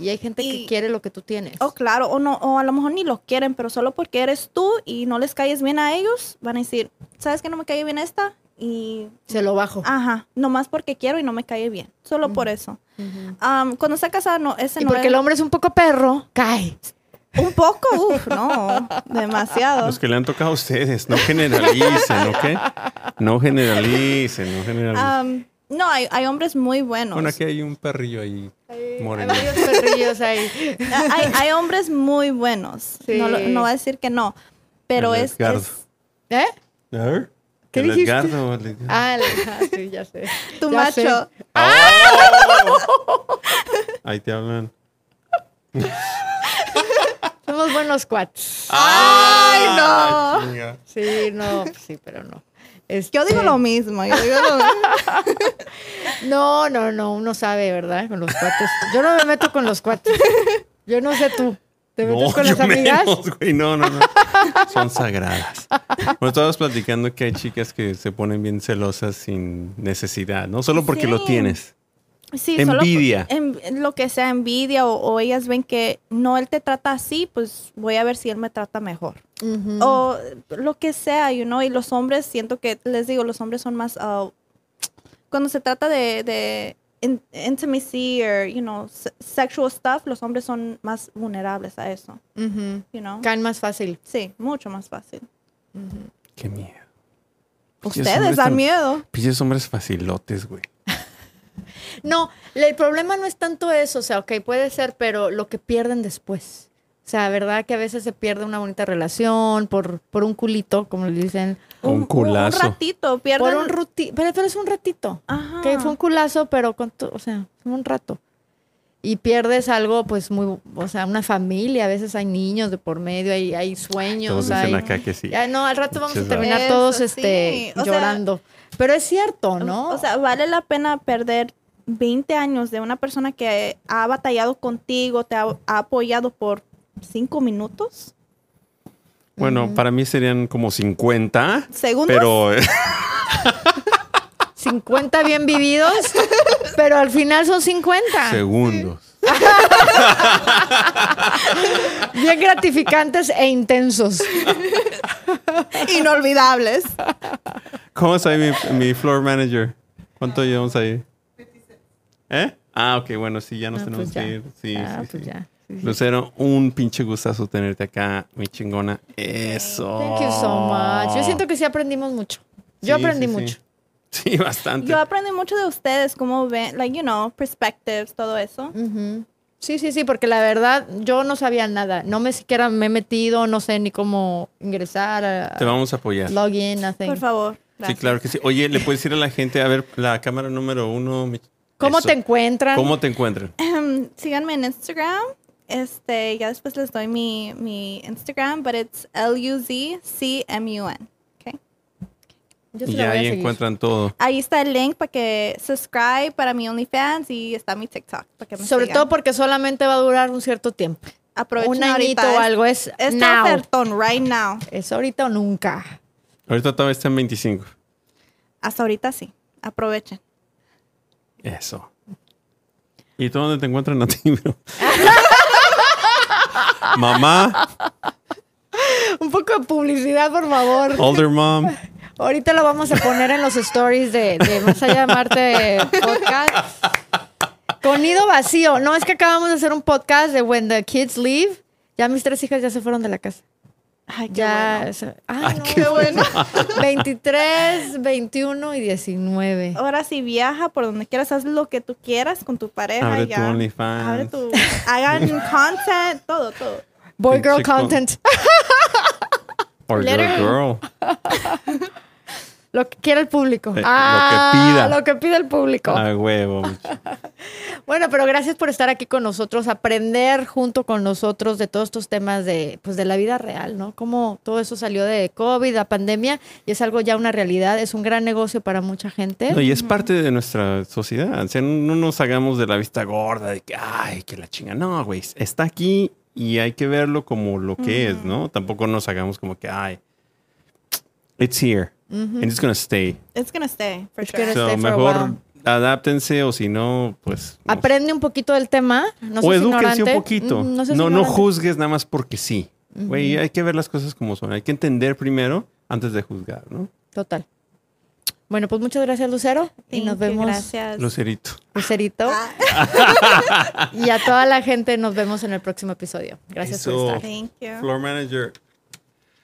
A: y- y hay gente que
C: Y-
A: quiere lo que tú tienes.
C: Oh, claro, o no, o a lo mejor ni los quieren, pero solo porque eres tú y no les caes bien a ellos, van a decir, ¿sabes que no me cae bien esta? Y,
A: Se lo bajo.
C: ajá, nomás porque quiero y no me cae bien, solo por eso.
A: Ujú.
C: Am, cuando está casada, no, ese
A: Y
C: no
A: porque
C: es-
A: el hombre es un poco perro, cae. [LAUGHS]
C: Un poco, uff, no, demasiado.
B: Los que le han tocado a ustedes, no generalicen, ¿ok? No generalicen, no generalicen.
A: Ah,
C: Am, no, hay, hay hombres muy buenos.
B: bueno, aquí hay un perrillo ahí.
A: Hay
B: Moreno.
A: varios perrillos ahí.
C: Ah, hay, hay hombres muy buenos,
A: Sí.
C: no, lo- no voy a decir que no, pero
B: El
C: es...
B: Edgardo.
C: es-
A: ¿Eh? este ¿Qué
B: El
A: dijiste?
B: Edgardo, el Edgardo.
A: Ah, la- ah, sí, ya sé.
C: tu
A: Ya sé.
C: macho.
B: Ahí te hablan.
A: Somos buenos cuates.
B: ¡Ay,
C: no!
B: chinga.
A: Sí, no, pues sí, pero no.
C: Yo digo
A: Este,
C: lo mismo, yo digo lo mismo.
A: No, no, no, uno sabe, ¿verdad? Con los cuates. Yo no me meto con los cuates. Yo no sé tú. ¿Te metes
B: No,
A: con
B: yo
A: las amigas?
B: menos, güey. No, no, no. Son sagradas. Bueno, estábamos platicando que hay chicas que se ponen bien celosas sin necesidad, ¿no? Solo porque lo
C: Sí.
B: tienes.
C: [LAUGHS] Sí,
B: Envidia.
C: Solo, en- lo que sea envidia o, o ellas ven que no él te trata así, pues voy a ver si él me trata mejor.
A: Ujú.
C: O lo que sea, you know, y los hombres siento que les digo, los hombres son más ah, cuando se trata de, de in- intimacy or, you know, se- sexual stuff, los hombres son más vulnerables a eso,
A: Ujú.
C: you know.
A: Caen más fácil.
C: Sí, mucho más fácil.
B: Qué miedo. Pinches
C: Ustedes
B: hombres
C: dan
B: tan-
C: miedo.
B: Pinches hombres facilotes, güey.
A: No, le- el problema no es tanto eso, o sea, ok, puede ser, pero lo que pierden después. O sea, ¿verdad que a veces se pierde una bonita relación por, por un culito, como le dicen?
B: Un culazo.
C: Un ratito, pierden.
A: Por un ruti pero, pero es un ratito.
C: Ajá.
A: Que fue un culazo, pero con tu- o sea, fue un rato. Y pierdes algo, pues muy, o sea, una familia, a veces hay niños de por medio, hay, hay sueños.
B: Todos
A: hay-
B: dicen acá que sí.
A: Ya, no, al rato vamos a
B: Muchas
A: terminar
C: gracias.
A: todos
C: Eso,
A: este,
C: sí. O sea-
A: llorando. pero es cierto, ¿no?
C: O sea, vale la pena perder 20 años de una persona que ha batallado contigo, te ha, ha apoyado por
A: [LAUGHS]
C: 5 minutos.
B: Bueno, para mí serían como 50.
C: ¿Segundos?
A: [LAUGHS]
B: Pero
A: 50 bien
C: [LAUGHS]
A: vividos, pero al final son 50.
B: segundos.
A: Bien gratificantes e intensos.
C: Inolvidables.
B: ¿Cómo está ahí mi, mi floor manager? ¿Cuánto llevamos ahí? ¿Eh? Ah, ok, bueno, sí, ya nos
A: Ah,
B: tenemos
A: pues ya.
B: que ir. Sí,
A: Ah,
B: sí,
A: pues
B: sí.
A: ya.
B: Lucero, un pinche gustazo tenerte acá, mi chingona. Eso.
A: Thank you so much. Yo siento que sí aprendimos mucho. Yo
B: Oh. Sí,
A: aprendí
B: sí, sí.
A: mucho.
B: Sí, [LAUGHS] bastante.
C: Yo aprendí mucho de ustedes, cómo ven, like, you know, perspectives, todo eso.
A: Ujú. Sí, sí, sí, porque la verdad yo no sabía nada. No me siquiera me he metido, no sé ni cómo ingresar, a-
B: Te vamos a apoyar.
A: login, nothing.
C: Por favor.
B: Sí,
C: Gracias.
B: claro que sí. Oye, ¿le puedes decir a la gente, a ver, la cámara número uno? mi-
A: ¿Cómo
B: Eso.
A: te encuentran?
B: ¿Cómo te encuentran?
C: Em, síganme en Instagram. Este, ya después les doy mi, mi Instagram, but it's L-U-Z-C-M-U-N. Okay.
A: Yo sí
B: Y
A: la voy a
B: ahí
A: seguir.
B: encuentran todo.
C: Ahí está el link para que subscribe para mi OnlyFans y está mi TikTok. Para que me
A: Sobre
C: sigan.
A: todo porque solamente va a durar un cierto tiempo.
C: Aprovechen
A: un añito
C: ahorita. ¿eh?
A: o algo. Es
C: Está
A: now.
C: ofertón right now.
A: Es ahorita o nunca. [LAUGHS]
B: Ahorita todavía está en 25.
C: Hasta ahorita sí. Aprovechen.
B: Eso. ¿Y tú dónde te encuentran a ti, [LAUGHS] bro? Mamá,
A: Un poco de publicidad, por favor.
B: older mom.
A: Ahorita lo vamos a poner en los stories de, de Más Allá de Marte podcast. Con nido vacío. No, es que acabamos de hacer un podcast de When the Kids Leave. Ya mis tres hijas ya se fueron de la casa.
C: Ay, qué
A: Ya.
C: bueno.
A: se- ay,
B: Ay,
A: no,
B: qué
A: qué [LAUGHS] bueno. 23, 21 y 19.
C: Ahora sí viaja por donde quieras, haz lo que tú quieras con tu pareja.
B: Abre
C: ya.
B: tu OnlyFans.
C: Abre tu- hagan content, todo, todo.
A: Boy
B: pinche
A: Girl
B: con-
A: Content. [LAUGHS]
B: Or your
A: Letter.
B: girl.
A: Lo que quiera el público.
B: Eh, lo que
A: Ah,
B: pida.
A: Lo que pida el público.
B: A huevo. mi ch-
A: Bueno, pero gracias por estar aquí con nosotros, aprender junto con nosotros de todos estos temas de, pues, de la vida real, ¿no? Cómo todo eso salió de COVID, la pandemia, y es algo ya una realidad, es un gran negocio para mucha gente.
B: No, y es parte de nuestra sociedad. O sea, no nos hagamos de la vista gorda de que, ay, que la chinga. No, güey. Está aquí y hay que verlo como lo que es, ¿no? Tampoco nos hagamos como que, ay, it's here and it's gonna stay.
C: It's gonna stay, for
A: It's
C: sure.
A: gonna-
B: So,
A: stay for a
B: mejor
A: while.
B: adáptense o si no, pues. no sé.
A: Aprende un poquito del tema, no
B: o
A: seas
B: edúquense
A: ignorante.
B: un poquito.
A: Mm,
B: No,
A: seas
B: no,
A: ignorante.
B: juzgues nada más porque sí. Güey, hay que ver las cosas como son. Hay que entender primero antes de juzgar, ¿no?
A: Total. Bueno, pues muchas gracias, Lucero, y
C: Thank
A: nos
C: you,
A: vemos,
C: Gracias.
B: Lucerito.
A: Lucerito.
C: Ah.
A: [LAUGHS] Y a toda la gente nos vemos en el próximo episodio. Gracias
B: Eso.
A: por estar.
C: Thank you.
B: Floor manager.